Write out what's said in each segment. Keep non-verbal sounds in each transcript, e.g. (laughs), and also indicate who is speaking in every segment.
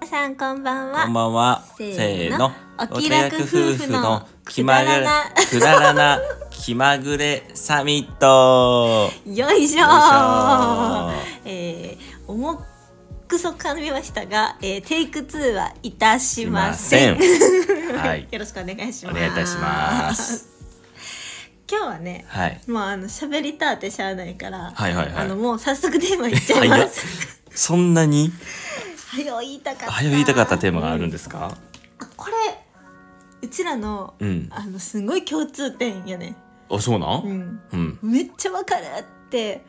Speaker 1: 皆さんこんばんは。
Speaker 2: こんばんは。
Speaker 1: せ
Speaker 2: せ
Speaker 1: ー
Speaker 2: ー
Speaker 1: の
Speaker 2: の。
Speaker 1: お気楽夫婦の気まぐれ
Speaker 2: くだらな、気まぐれサミット。
Speaker 1: よいしょー
Speaker 2: よいしょー
Speaker 1: えー、重くそかみましたが、えー、テイク2はいたしません。
Speaker 2: いませんはい
Speaker 1: (laughs) よろしくお願いし
Speaker 2: お
Speaker 1: ます。
Speaker 2: 願いいたします。
Speaker 1: 今日はね、
Speaker 2: はい。
Speaker 1: もうあの喋りたってしゃあないから、
Speaker 2: はいはいはい
Speaker 1: あのもう早速テーマいっちゃいます。
Speaker 2: そんなに、
Speaker 1: 早よ言いたかった。
Speaker 2: 早言いたかったテーマがあるんですか
Speaker 1: あこれうちらの、
Speaker 2: うん。
Speaker 1: あのすごい共通点やね。
Speaker 2: あ、そうな
Speaker 1: うんん。
Speaker 2: うん。
Speaker 1: めっちゃわかるって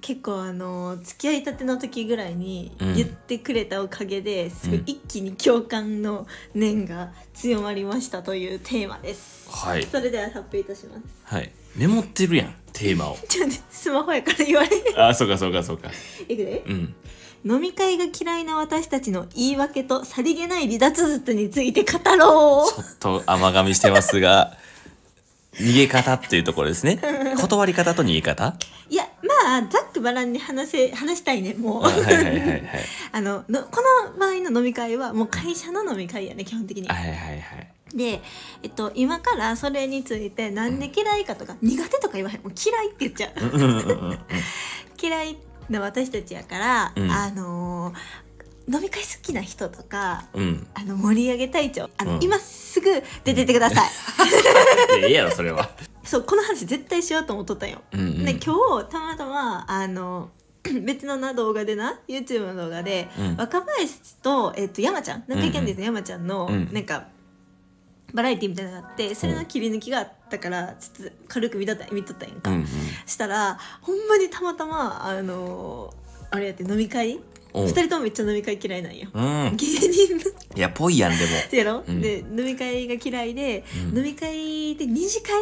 Speaker 1: 結構あの付き合いたての時ぐらいに
Speaker 2: うん
Speaker 1: 言ってくれたおかげですご
Speaker 2: う
Speaker 1: い
Speaker 2: ん
Speaker 1: 一気に共感の念が強まりましたというテーマです。
Speaker 2: はい。
Speaker 1: それでは発表いたします。
Speaker 2: はい。メモってるやん、テーマを。
Speaker 1: ちょっとスマホやから言われ (laughs) る。
Speaker 2: あ、そうかそうかそうか。
Speaker 1: いくで
Speaker 2: うん。
Speaker 1: 飲み会が嫌いな私たちの言い訳とさりげない離脱術について語ろ
Speaker 2: ちょっと甘噛みしてますが、逃げ方っていうところですね。断り方と逃げ方
Speaker 1: ういやまあざっくばらんに話せ話したいねもう
Speaker 2: あはいはいはいはい。
Speaker 1: (laughs) あののこの場合の飲み会はもう会社の飲み会やね基本的に
Speaker 2: はいはいはい。
Speaker 1: で、えっと、今からそれについてなんで嫌いかとか、苦手とか言わへんもう嫌いって言っちゃう (laughs)
Speaker 2: うんうんうんうん。
Speaker 1: 嫌いな私たちやから、
Speaker 2: うん
Speaker 1: あのー飲み会好きな人とか
Speaker 2: うん。
Speaker 1: あの盛り上げ隊長あの、
Speaker 2: うん
Speaker 1: 今すぐ出てってください、 (laughs)
Speaker 2: いや、いいやろ、それは。
Speaker 1: そうこの話絶対しようと思っとったんよ、
Speaker 2: うんうん
Speaker 1: で今日たまたまあの (clears throat) 別のな動画でな YouTube の動画で、
Speaker 2: うん
Speaker 1: 若林と,、えっと山ちゃん南海キャンディーズの山ちゃんの、
Speaker 2: うん
Speaker 1: なんかバラエティみたいなのがあってそれの切り抜きがあったからちょっと軽く見とった見とったんやん
Speaker 2: う
Speaker 1: か、
Speaker 2: んうん。
Speaker 1: したらほんまにたまたまあのあれやって飲み会
Speaker 2: お
Speaker 1: 二
Speaker 2: う
Speaker 1: 人ともめっちゃ飲み会嫌いなんよ、
Speaker 2: うん。
Speaker 1: 芸人の
Speaker 2: いや、ぽいやん、でも。
Speaker 1: やろ、
Speaker 2: うん
Speaker 1: で飲み会が嫌いで、
Speaker 2: うん
Speaker 1: 飲み会で二次会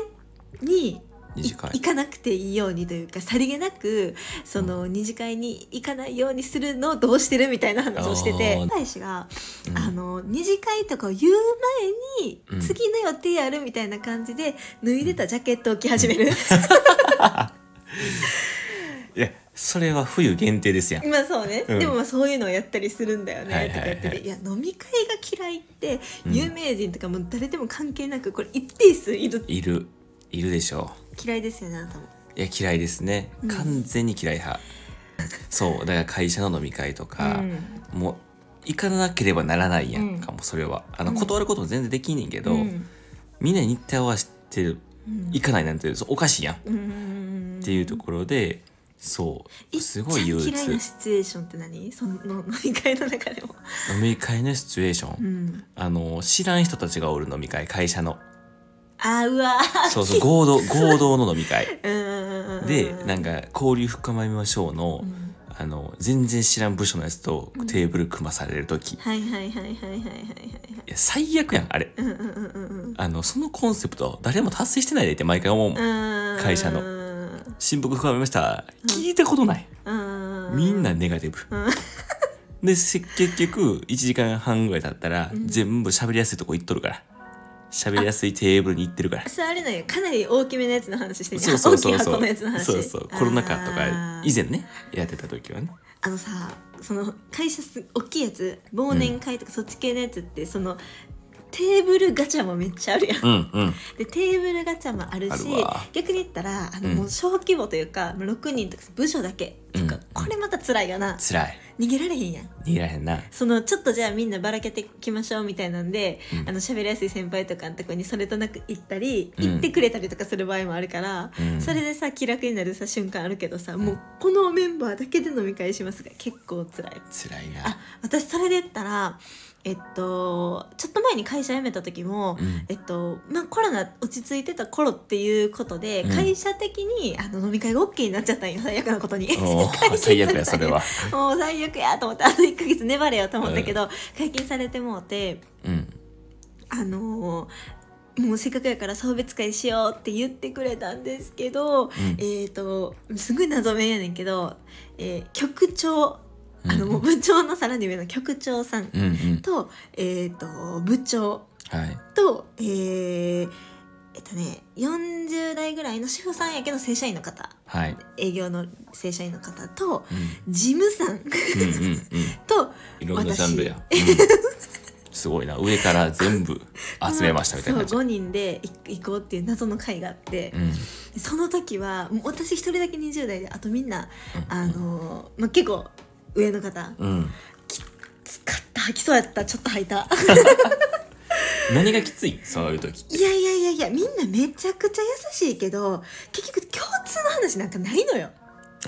Speaker 1: に
Speaker 2: 二次会
Speaker 1: い行かなくていいようにというかさりげなくその二次会に行かないようにするのをどうしてるみたいな話をしてて
Speaker 2: あー
Speaker 1: 大使が、
Speaker 2: うん
Speaker 1: あの二次会とかを言う前に、
Speaker 2: うん
Speaker 1: 次の予定やるみたいな感じで脱いでたジャケットを着始め
Speaker 2: (laughs)
Speaker 1: る、 (laughs)
Speaker 2: いや、それは冬限定ですやん。
Speaker 1: まあそうね、
Speaker 2: うん
Speaker 1: でもまあそういうのをやったりするんだよ
Speaker 2: はい
Speaker 1: ね
Speaker 2: は
Speaker 1: と
Speaker 2: い
Speaker 1: か
Speaker 2: は
Speaker 1: 言
Speaker 2: い
Speaker 1: ってて「いや飲み会が嫌い」って
Speaker 2: うん
Speaker 1: 有名人とかもう誰でも関係なくこれ一定数いる
Speaker 2: いる。いるでしょ
Speaker 1: 嫌いですよねあなたも。
Speaker 2: う。いや、嫌いですね。
Speaker 1: うん
Speaker 2: 完全に嫌い派。そう、だから会社の飲み会とか、
Speaker 1: うん
Speaker 2: もう、行かなければならないやんか、
Speaker 1: う
Speaker 2: もうそれは。あの、
Speaker 1: うん
Speaker 2: 断ることも全然できんねんけど、
Speaker 1: うん
Speaker 2: みんなに日程合わせてる、
Speaker 1: うん
Speaker 2: 行かないなんて、そうおかしいやん。っ
Speaker 1: うんうんうんうん
Speaker 2: ていうところで、そう、すごい憂
Speaker 1: 一番嫌いな
Speaker 2: 鬱。
Speaker 1: シチュエーションって何その飲み会の中でも、
Speaker 2: 飲み会のシチュエーション。
Speaker 1: うん、
Speaker 2: あの知らん人たちがおる飲み会会社の
Speaker 1: あーうわ
Speaker 2: そうそう合同合同の飲み会
Speaker 1: ーうんうんうん
Speaker 2: でなん
Speaker 1: か、
Speaker 2: か交流深まりましょうの,、
Speaker 1: うん
Speaker 2: あの全然知らん部署のやつとテーブル組まされる時、い
Speaker 1: はいはいはいはいはいはいはいはい
Speaker 2: や最悪やんあれ
Speaker 1: うんうんうんうん
Speaker 2: あのそのコンセプト誰も達成してないでって毎回思うもん、
Speaker 1: うん
Speaker 2: 会社の
Speaker 1: うん
Speaker 2: 親睦深まりました聞いたことない、
Speaker 1: うん
Speaker 2: みんなネガティブ、
Speaker 1: うん
Speaker 2: でせ結局1時間半ぐらい経ったら、
Speaker 1: うん
Speaker 2: 全部喋りやすいとこ行っとるから喋りやすいテーブルに行ってるから
Speaker 1: それあれなんよかなり大きめのやつの話してる
Speaker 2: そうそうそう
Speaker 1: 大きい
Speaker 2: そう
Speaker 1: 箱のやつの話
Speaker 2: そうそうコロナ禍と
Speaker 1: あ
Speaker 2: か
Speaker 1: ー
Speaker 2: 以前ねやってた時はね
Speaker 1: あのさその会社す大きいやつ忘年会とかそっち系のやつって、そのテーブルガチャもめっちゃあるやん
Speaker 2: うんうん
Speaker 1: でテーブルガチャもあるし
Speaker 2: あるわ
Speaker 1: 逆に言ったらあの、
Speaker 2: うん
Speaker 1: もう小規模というかもう6人とか部署だけとか、
Speaker 2: うん
Speaker 1: これまた辛いよな
Speaker 2: 辛い
Speaker 1: 逃げられへんやん
Speaker 2: 逃げられへんな
Speaker 1: そのちょっとじゃあみんなばらけてきましょうみたいなんで、
Speaker 2: うん
Speaker 1: あの喋りやすい先輩とかのとこにそれとなく行ったり
Speaker 2: うん
Speaker 1: 行ってくれたりとかする場合もあるから、
Speaker 2: うん
Speaker 1: それでさ気楽になるさ瞬間あるけどさ、もうこのメンバーだけで飲み会しますが結構辛い
Speaker 2: 辛い
Speaker 1: あ
Speaker 2: な
Speaker 1: 私それで言ったらえっとちょっと前に会社辞めた時も、
Speaker 2: うん
Speaker 1: えっとまあ、コロナ落ち着いてた頃っていうことで、
Speaker 2: うん
Speaker 1: 会社的にあの飲み会が OK になっちゃったんよ最悪なことに (laughs)
Speaker 2: おー
Speaker 1: 解禁
Speaker 2: 最悪や
Speaker 1: さ
Speaker 2: そ
Speaker 1: れ
Speaker 2: れ
Speaker 1: たんよ
Speaker 2: は
Speaker 1: もう最悪やと思ってあと1ヶ月粘れよと思ったけど、解禁されてもうて
Speaker 2: うん
Speaker 1: あのーもうせっかくやから送別会しようって言ってくれたんですけど、えっ、とすごい謎めやねんけど、えー局長あのもう部長のさらに上の局長さん
Speaker 2: うんうんうん
Speaker 1: と,、えー、と部長
Speaker 2: はい
Speaker 1: と、えーえっとね40代ぐらいの主婦さんやけど正社員の方
Speaker 2: はい。
Speaker 1: 営業の正社員の方と
Speaker 2: うん
Speaker 1: 事務さん
Speaker 2: うんうんうん。
Speaker 1: と
Speaker 2: いろんなジャンルや。うんすごいな。上から全部集めましたみたいな感じ
Speaker 1: (laughs) そう。5人で行行こうっていう謎の会があって、
Speaker 2: うん
Speaker 1: その時はもう私一人だけ20代であとみんな、
Speaker 2: うん
Speaker 1: あのーまあ、結構上の方
Speaker 2: うん。
Speaker 1: 使った吐きそうやったちょっと吐いた (laughs)
Speaker 2: 何がきついそういう時。
Speaker 1: いやいやいやいやみんなめちゃくちゃ優しいけど結局共通の話なんかないのよ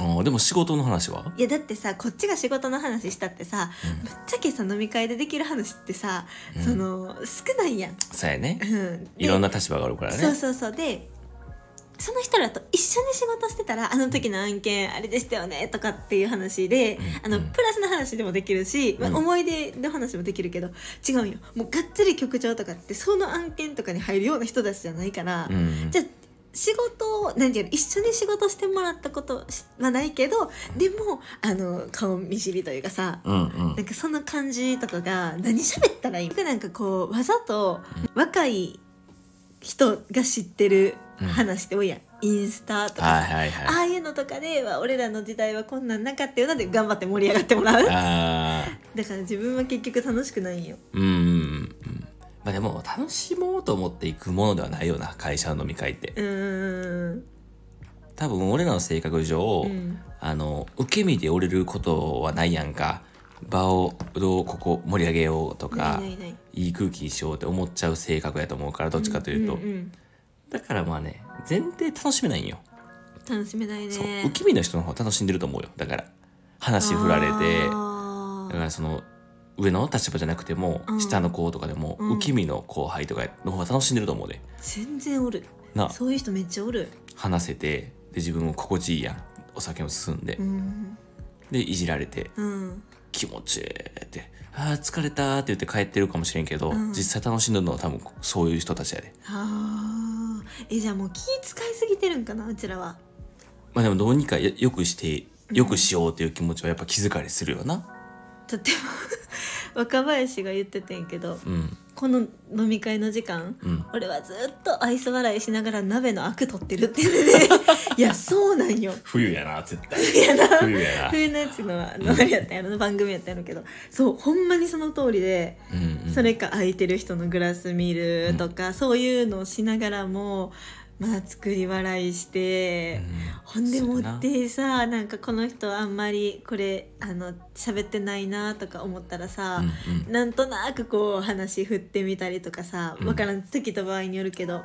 Speaker 2: ああ、でも仕事の話はい
Speaker 1: やだってさこっちが仕事の話したってさ、ぶっちゃけさ飲み会でできる話ってさ、
Speaker 2: うん
Speaker 1: その少ないやん、
Speaker 2: そうやね
Speaker 1: う。ん、で
Speaker 2: いろんな立場があるからね。
Speaker 1: そうそうそうでその人らと一緒に仕事してたらあの時の案件あれでしたよねとかっていう話で、
Speaker 2: うん
Speaker 1: あのプラスの話でもできるし、まあ
Speaker 2: うん
Speaker 1: 思い出の話もできるけど違うんよもうがっつり局長とかってその案件とかに入るような人たちじゃないから、
Speaker 2: うん
Speaker 1: じゃあ仕事をなんていうの一緒に仕事してもらったことはないけどでもあの顔見知りというかさ、
Speaker 2: うんうん
Speaker 1: なんかその感じとかが何喋ったらいい僕なんかこうわざと若い人が知ってる話って多いやん、インスタとか
Speaker 2: はい
Speaker 1: さ
Speaker 2: はいはい。
Speaker 1: ああいうのとかでは俺らの時代はこんなんなかったよなって頑張って盛り上がってもらう
Speaker 2: ああ。
Speaker 1: だから自分は結局楽しくないんよ
Speaker 2: うんうんうんうん。まあでも楽しもうと思っていくものではないような会社の飲み会って
Speaker 1: うーん
Speaker 2: 多分俺らの性格上、
Speaker 1: うん
Speaker 2: あの受け身で折れることはないやんか場をどうここ盛り上げようと
Speaker 1: な
Speaker 2: か
Speaker 1: いないない
Speaker 2: いい空気にしようって思っちゃう性格やと思うからどっちかというと、
Speaker 1: んん
Speaker 2: だからまあね前提楽しめないんよ、
Speaker 1: 楽しめない
Speaker 2: そう
Speaker 1: ね
Speaker 2: 受け身の人の方が楽しんでると思うよだから話振られて
Speaker 1: あ
Speaker 2: だ
Speaker 1: ー
Speaker 2: からその上の立場じゃなくても、
Speaker 1: うん
Speaker 2: 下の子とかでも、
Speaker 1: うん
Speaker 2: 受け身の後輩とかの方が楽しんでると思うで
Speaker 1: 全然おる
Speaker 2: な
Speaker 1: そういう人めっちゃおる
Speaker 2: 話せてで自分も心地いいやんお酒も進んで、
Speaker 1: うん
Speaker 2: でいじられて
Speaker 1: うん
Speaker 2: 気持ちいいって「あー疲れた」って言って帰ってるかもしれんけど、
Speaker 1: うん
Speaker 2: 実際楽しんでるのは多分そういう人たちやで
Speaker 1: ああえじゃあもう気使いすぎてるんかなうちらは
Speaker 2: まあでもどうにかよよくしてよくしようっていう気持ちはやっぱ気遣いするよな
Speaker 1: とっても (laughs) 若林が言っててんけど
Speaker 2: うん
Speaker 1: この飲み会の時間、
Speaker 2: うん
Speaker 1: 俺はずっと愛想笑いしながら鍋のアク取ってるって言って
Speaker 2: (laughs)
Speaker 1: ねいやそうなんよ
Speaker 2: 冬やな絶対
Speaker 1: (laughs) やな
Speaker 2: 冬やな
Speaker 1: 冬のやつのあのあれやったんやろな番組やったんやろけどそうほんまにその通りで、
Speaker 2: うんうん
Speaker 1: それか空いてる人のグラス見るとか、そういうのをしながらもまあ作り笑いして、ほんでもってさなんかこの人あんまりこれあの喋ってないなとか思ったら
Speaker 2: うん
Speaker 1: さ
Speaker 2: う、ん
Speaker 1: なんとなくこう話振ってみたりとかさ
Speaker 2: うん
Speaker 1: 分からん時と場合によるけど、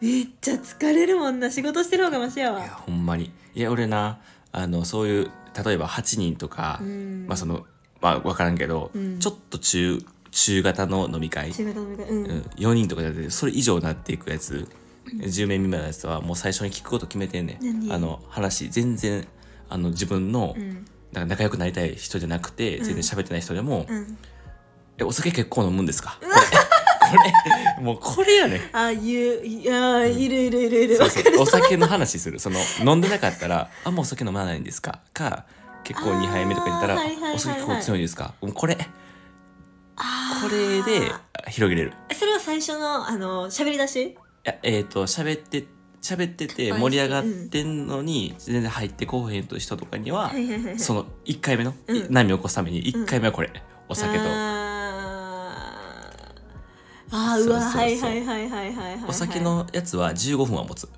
Speaker 1: めっちゃ疲れるもんな仕事してる方がマシや
Speaker 2: いや
Speaker 1: わ。
Speaker 2: ほんまにいや俺なあのそういう例えば8人とか、
Speaker 1: うん
Speaker 2: まあそのまあ分からんけど、
Speaker 1: うん
Speaker 2: ちょっと中中型の飲み会
Speaker 1: 仕事の中うん、
Speaker 2: うん、4人とかじゃなくてそれ以上になっていくやつ10名未満のやつはもう最初に聞くこと決めてんねん
Speaker 1: 何
Speaker 2: あの話全然あの自分の、
Speaker 1: うん
Speaker 2: なんか仲良くなりたい人じゃなくて
Speaker 1: ん
Speaker 2: 全然喋ってない人でも「
Speaker 1: うん、
Speaker 2: えお酒結構飲むんですか?」これこれもうこれやねん
Speaker 1: ああいういやーいるいるいるいる
Speaker 2: そうそうお酒の話するその飲んでなかったら「あもうお酒飲まないんですか?」か結
Speaker 1: あ
Speaker 2: 構
Speaker 1: ー
Speaker 2: 2杯目とか言ったら「
Speaker 1: はいはいはいはい
Speaker 2: お酒結構強いんですか?」もうこれこ
Speaker 1: あー
Speaker 2: れで広げれる
Speaker 1: それは最初のあの喋り出し
Speaker 2: いやえっ、と喋って喋ってて盛り上がってんのに、全然入ってこうへんと人とかには、
Speaker 1: はいはいはいはい
Speaker 2: その1回目の、
Speaker 1: うん
Speaker 2: 波を起こすために1回目はこれ、お酒と、
Speaker 1: あーあーうわ
Speaker 2: そうそうそう
Speaker 1: はいはいはいはいはいはいはい
Speaker 2: お酒のやつは15分は持つ、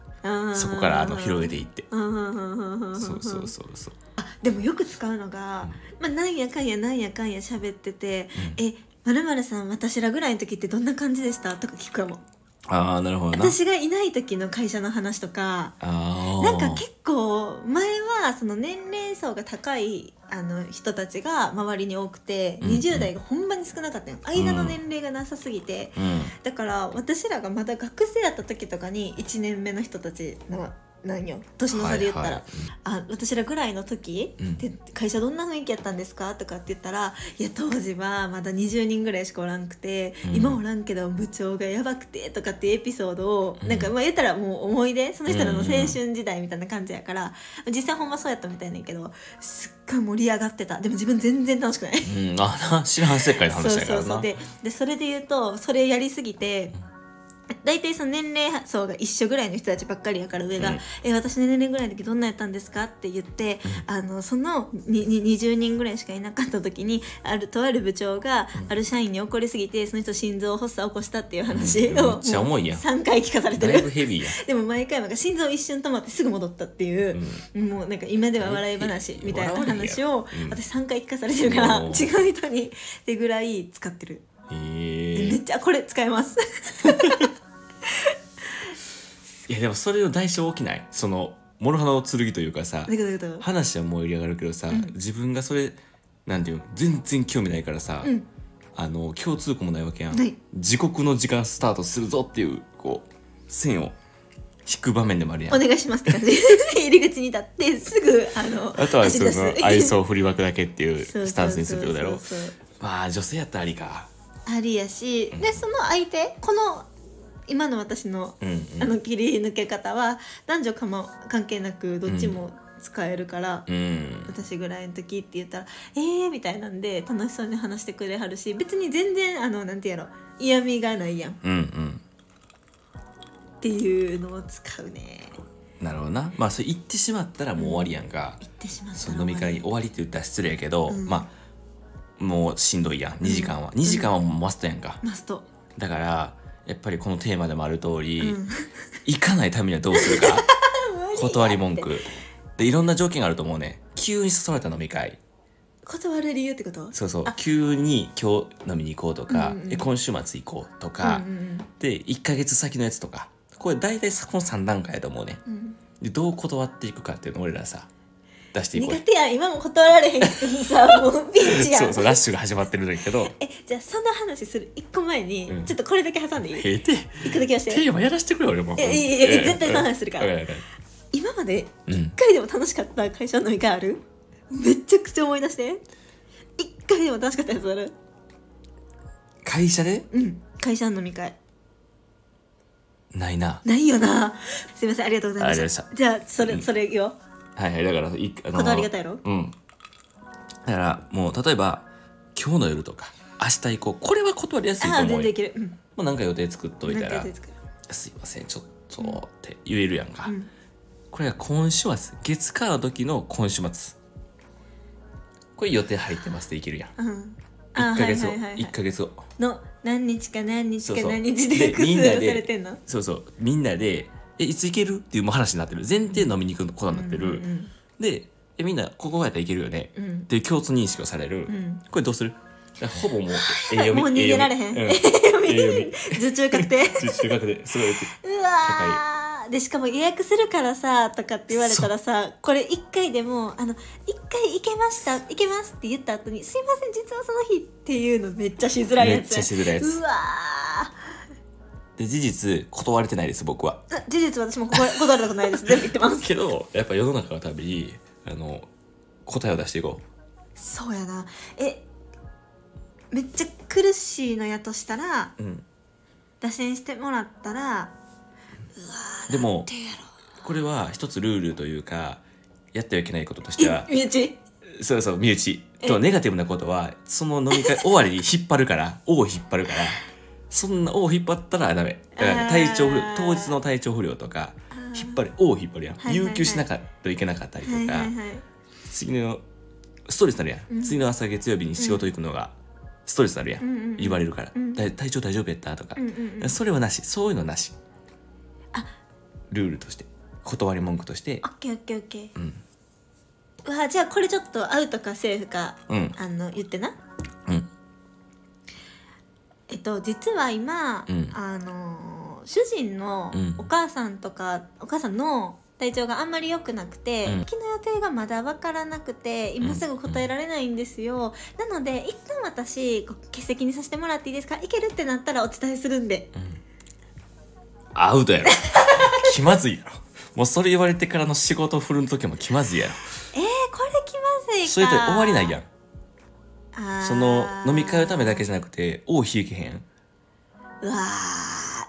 Speaker 2: そこからあの広げていって、
Speaker 1: うん
Speaker 2: そうそうそうそう
Speaker 1: でもよく使うのが、まあ、なんやかんやなんやかんや喋ってて「えまるまるさん私らぐらいの時ってどんな感じでした?」とか聞くかも
Speaker 2: ああなるほどな
Speaker 1: 私がいない時の会社の話とか
Speaker 2: あー
Speaker 1: なんか結構前はその年齢層が高いあの人たちが周りに多くて
Speaker 2: うん
Speaker 1: 20代がほんまに少なかったよ間の年齢がなさすぎて、
Speaker 2: うん
Speaker 1: だから私らがまだ学生やった時とかに1年目の人たちのなんよ年の差で言ったら、
Speaker 2: はいはい
Speaker 1: あ私らぐらいの時、
Speaker 2: うん
Speaker 1: で会社どんな雰囲気やったんですかとかって言ったらいや当時はまだ20人ぐらいしかおらんくて、
Speaker 2: うん
Speaker 1: 今おらんけど部長がやばくてとかっていうエピソードを、
Speaker 2: うん
Speaker 1: なんかまあ言ったらもう思い出その人らの青
Speaker 2: うんうんうん
Speaker 1: 春時代みたいな感じやから、実際ほんまそうやったみたいなんやけどすっごい盛り上がってたでも自分全然楽しくない。
Speaker 2: うん、あな知らん世界の
Speaker 1: そう
Speaker 2: 話だか
Speaker 1: そ
Speaker 2: ら
Speaker 1: う
Speaker 2: な
Speaker 1: そうででそれで言うとそれやりすぎて大体その年齢層が一緒ぐらいの人たちばっかりやから上が「
Speaker 2: うん
Speaker 1: え私の年齢ぐらいの時どんなやったんですか?」って言って、あのそのにに20人ぐらいしかいなかった時にあるとある部長がある社員に怒りすぎてその人心臓発作を起こしたっていう話
Speaker 2: うん
Speaker 1: を
Speaker 2: めっちゃ重いやん
Speaker 1: 3回聞かされて
Speaker 2: だいぶ
Speaker 1: る。
Speaker 2: ヘ
Speaker 1: (laughs)
Speaker 2: ビーや。
Speaker 1: でも毎回なんか心臓一瞬止まってすぐ戻ったっていう、もうなんか今では笑い話みたいな話を
Speaker 2: 笑わんやんうん
Speaker 1: 私3回聞かされてるから
Speaker 2: お
Speaker 1: 違う
Speaker 2: ー
Speaker 1: 人にってぐらい使ってる
Speaker 2: うん、
Speaker 1: め
Speaker 2: え
Speaker 1: っちゃこれ使えます
Speaker 2: えいやでもそれの代償大きないその諸刃の剣というかさ
Speaker 1: だけどだけど
Speaker 2: 話は盛り上がるけどさ、
Speaker 1: うん
Speaker 2: 自分がそれなんていうの全然興味ないからさ、
Speaker 1: うん
Speaker 2: あの共通項もないわけやん、
Speaker 1: ない
Speaker 2: 時刻の時間スタートするぞっていうこう線を引く場面でもあるや
Speaker 1: お
Speaker 2: ん
Speaker 1: 願いしますって感じ
Speaker 2: (laughs)
Speaker 1: 入り口に立ってすぐあの
Speaker 2: あとは
Speaker 1: 走
Speaker 2: そ
Speaker 1: り
Speaker 2: の
Speaker 1: 出す
Speaker 2: 愛想を振り分くだけってい
Speaker 1: (laughs) そう
Speaker 2: うスタンスにするってことやろ
Speaker 1: そうそうそう
Speaker 2: まあ女性やったらありか
Speaker 1: ありやし
Speaker 2: うん
Speaker 1: でその相手この今の私の
Speaker 2: うんうん
Speaker 1: あの切り抜け方は男女かま関係なくどっちも使えるから、
Speaker 2: うん
Speaker 1: 私ぐらいの時って言ったら「えー」みたいなんで楽しそうに話してくれはるし別に全然あのなんてやろ嫌味がないやんっ
Speaker 2: うんうん
Speaker 1: ていうのを使うね
Speaker 2: なるほどなまあそれ言ってしまったらもう終わりやんか、
Speaker 1: 言ってしまった
Speaker 2: そ
Speaker 1: ら
Speaker 2: の飲み会終わりって言ったら失礼やけど、
Speaker 1: うん
Speaker 2: まあもうしんどいやん2時間は、
Speaker 1: うん
Speaker 2: 2時間はもうマストやんか、
Speaker 1: マスト、
Speaker 2: だからやっぱりこのテーマでもある通り、
Speaker 1: うん、
Speaker 2: 行かないためにはどうするか (laughs)
Speaker 1: (laughs)
Speaker 2: 断り文句でいろんな条件があると思うね急に誘われた飲み会
Speaker 1: 断る理由ってこと
Speaker 2: そうそう
Speaker 1: あ
Speaker 2: 急に今日飲みに行こうとか、
Speaker 1: うんうん
Speaker 2: え今週末行こうとか、
Speaker 1: うんうん
Speaker 2: で1ヶ月先のやつとかこれ大体さこの3段階やと思うね
Speaker 1: うんうん
Speaker 2: でどう断っていくかっていうのを俺らさ出していこう
Speaker 1: 苦手やん今も断られへんくてさもうピンチやん
Speaker 2: (laughs) そうそうラッシュが始まってるんだ
Speaker 1: (laughs)
Speaker 2: けど
Speaker 1: えじゃあその話する一個前に、
Speaker 2: うん
Speaker 1: ちょっとこれだけ挟んでいい
Speaker 2: ええて
Speaker 1: 一個だけはし
Speaker 2: テ
Speaker 1: て
Speaker 2: ーマやらしてくれよ俺も
Speaker 1: えいやいや絶対その話するから
Speaker 2: うん
Speaker 1: 今まで
Speaker 2: うん
Speaker 1: 一回でも楽しかった会社の飲み会あるめちゃくちゃ思い出して一回でも楽しかったやつある
Speaker 2: 会社で
Speaker 1: うん会社の飲み会
Speaker 2: ないな
Speaker 1: ないよなすいませんありがとうございました
Speaker 2: ありがとう
Speaker 1: じゃあそれ、
Speaker 2: うん
Speaker 1: それよ
Speaker 2: はいはいだからいあの
Speaker 1: 断り方やろ
Speaker 2: うんだからもう例えば今日の夜とか明日行こうこれは断りやすいと
Speaker 1: ああ
Speaker 2: 思
Speaker 1: 全
Speaker 2: う
Speaker 1: 然
Speaker 2: よ
Speaker 1: いけるうん
Speaker 2: もうなんか予定作っといた
Speaker 1: なん
Speaker 2: ら
Speaker 1: かやつ作る
Speaker 2: 「すいませんちょっと」って言えるやんか、
Speaker 1: うん
Speaker 2: これが今週末月火の時の今週末これ予定入ってますっていけるやん
Speaker 1: うんあ
Speaker 2: 1
Speaker 1: ー
Speaker 2: ヶ月を、
Speaker 1: はいはいはいはい
Speaker 2: 1ヶ月を
Speaker 1: の何日か何日
Speaker 2: そうそ
Speaker 1: か
Speaker 2: う
Speaker 1: 何日で
Speaker 2: で
Speaker 1: 複
Speaker 2: みん
Speaker 1: 数
Speaker 2: な
Speaker 1: さ
Speaker 2: で
Speaker 1: れてんの
Speaker 2: そうそうみんなで「えいつ行ける?」っていうもう話になってる前提飲みに行くことになってる、
Speaker 1: うん
Speaker 2: でえみんなここやったらいけるよね、
Speaker 1: う
Speaker 2: っ
Speaker 1: ん
Speaker 2: ていう共通認識をされる、
Speaker 1: うん、うん
Speaker 2: これどうするだからほ
Speaker 1: (laughs)
Speaker 2: ぼもうえ
Speaker 1: もう逃げられへん
Speaker 2: え読みえ
Speaker 1: (laughs)
Speaker 2: 読み
Speaker 1: 受注確定
Speaker 2: う
Speaker 1: (laughs)
Speaker 2: ん中学ですごい言って
Speaker 1: うわーでしかも予約するからさとかって言われたらさこれ1回でも「あの1回行けました行けます」って言った後に「すいません実はその日」っていうのめっちゃしづらい
Speaker 2: め
Speaker 1: や
Speaker 2: っ
Speaker 1: つ
Speaker 2: ちゃしづらいやつ
Speaker 1: うわ
Speaker 2: で事実断れてないです僕は
Speaker 1: ーあ事実私もここ断れたことない
Speaker 2: (laughs)
Speaker 1: です全部言ってます
Speaker 2: けどやっぱ世の中のためにあの答えを出していこ
Speaker 1: そうやなえめっちゃ苦しいのやとしたら
Speaker 2: う、うん、
Speaker 1: 打診してもらったら
Speaker 2: でも
Speaker 1: どうやろ
Speaker 2: これは一つルールというかやってはいけないこととしては
Speaker 1: え身内
Speaker 2: そうそう身内
Speaker 1: え
Speaker 2: とネガティブなことはその飲み会終わりに引っ張
Speaker 1: (laughs)
Speaker 2: るから尾を引っ張るからそんな尾を引っ張ったらダメだから体調不良
Speaker 1: あー
Speaker 2: 当日の体調不良とか
Speaker 1: あー
Speaker 2: 引っ張る尾を引っ張るやん、
Speaker 1: はいはいはい
Speaker 2: 有給しなかったといけなかったりとか、
Speaker 1: はいはいはい
Speaker 2: 次のストレスなるやん、
Speaker 1: うん
Speaker 2: 次の朝月曜日に仕事行くのがストレスなるやん、
Speaker 1: うんうんうん
Speaker 2: 言われるから、
Speaker 1: うん
Speaker 2: だい体調大丈夫やったとか、
Speaker 1: うんうんうん
Speaker 2: それはなしそういうのなし
Speaker 1: あ
Speaker 2: ルールとして断り文句として
Speaker 1: オッケーオッケーオッケー
Speaker 2: うん
Speaker 1: うわじゃあこれちょっとアウトかセーフか
Speaker 2: うん
Speaker 1: あの言ってな
Speaker 2: うん
Speaker 1: えっと実は今、
Speaker 2: うん
Speaker 1: あの主人の
Speaker 2: うん
Speaker 1: お母さんとか、お母さんの体調があんまり良くなくて、
Speaker 2: うん
Speaker 1: 昨日予定がまだ分からなくて今すぐ答えられないんですよ、なので一旦私こう欠席にさせてもらっていいですかいけるってなったらお伝えするんで
Speaker 2: アウトやろ (laughs) 気まずいやろもうそれ言われてからの仕事振るの時も気まずいやろ
Speaker 1: えー、これ気まずいか
Speaker 2: それで終わりないやん
Speaker 1: あー
Speaker 2: その飲み会のためだけじゃなくて尾を引けへん
Speaker 1: うわ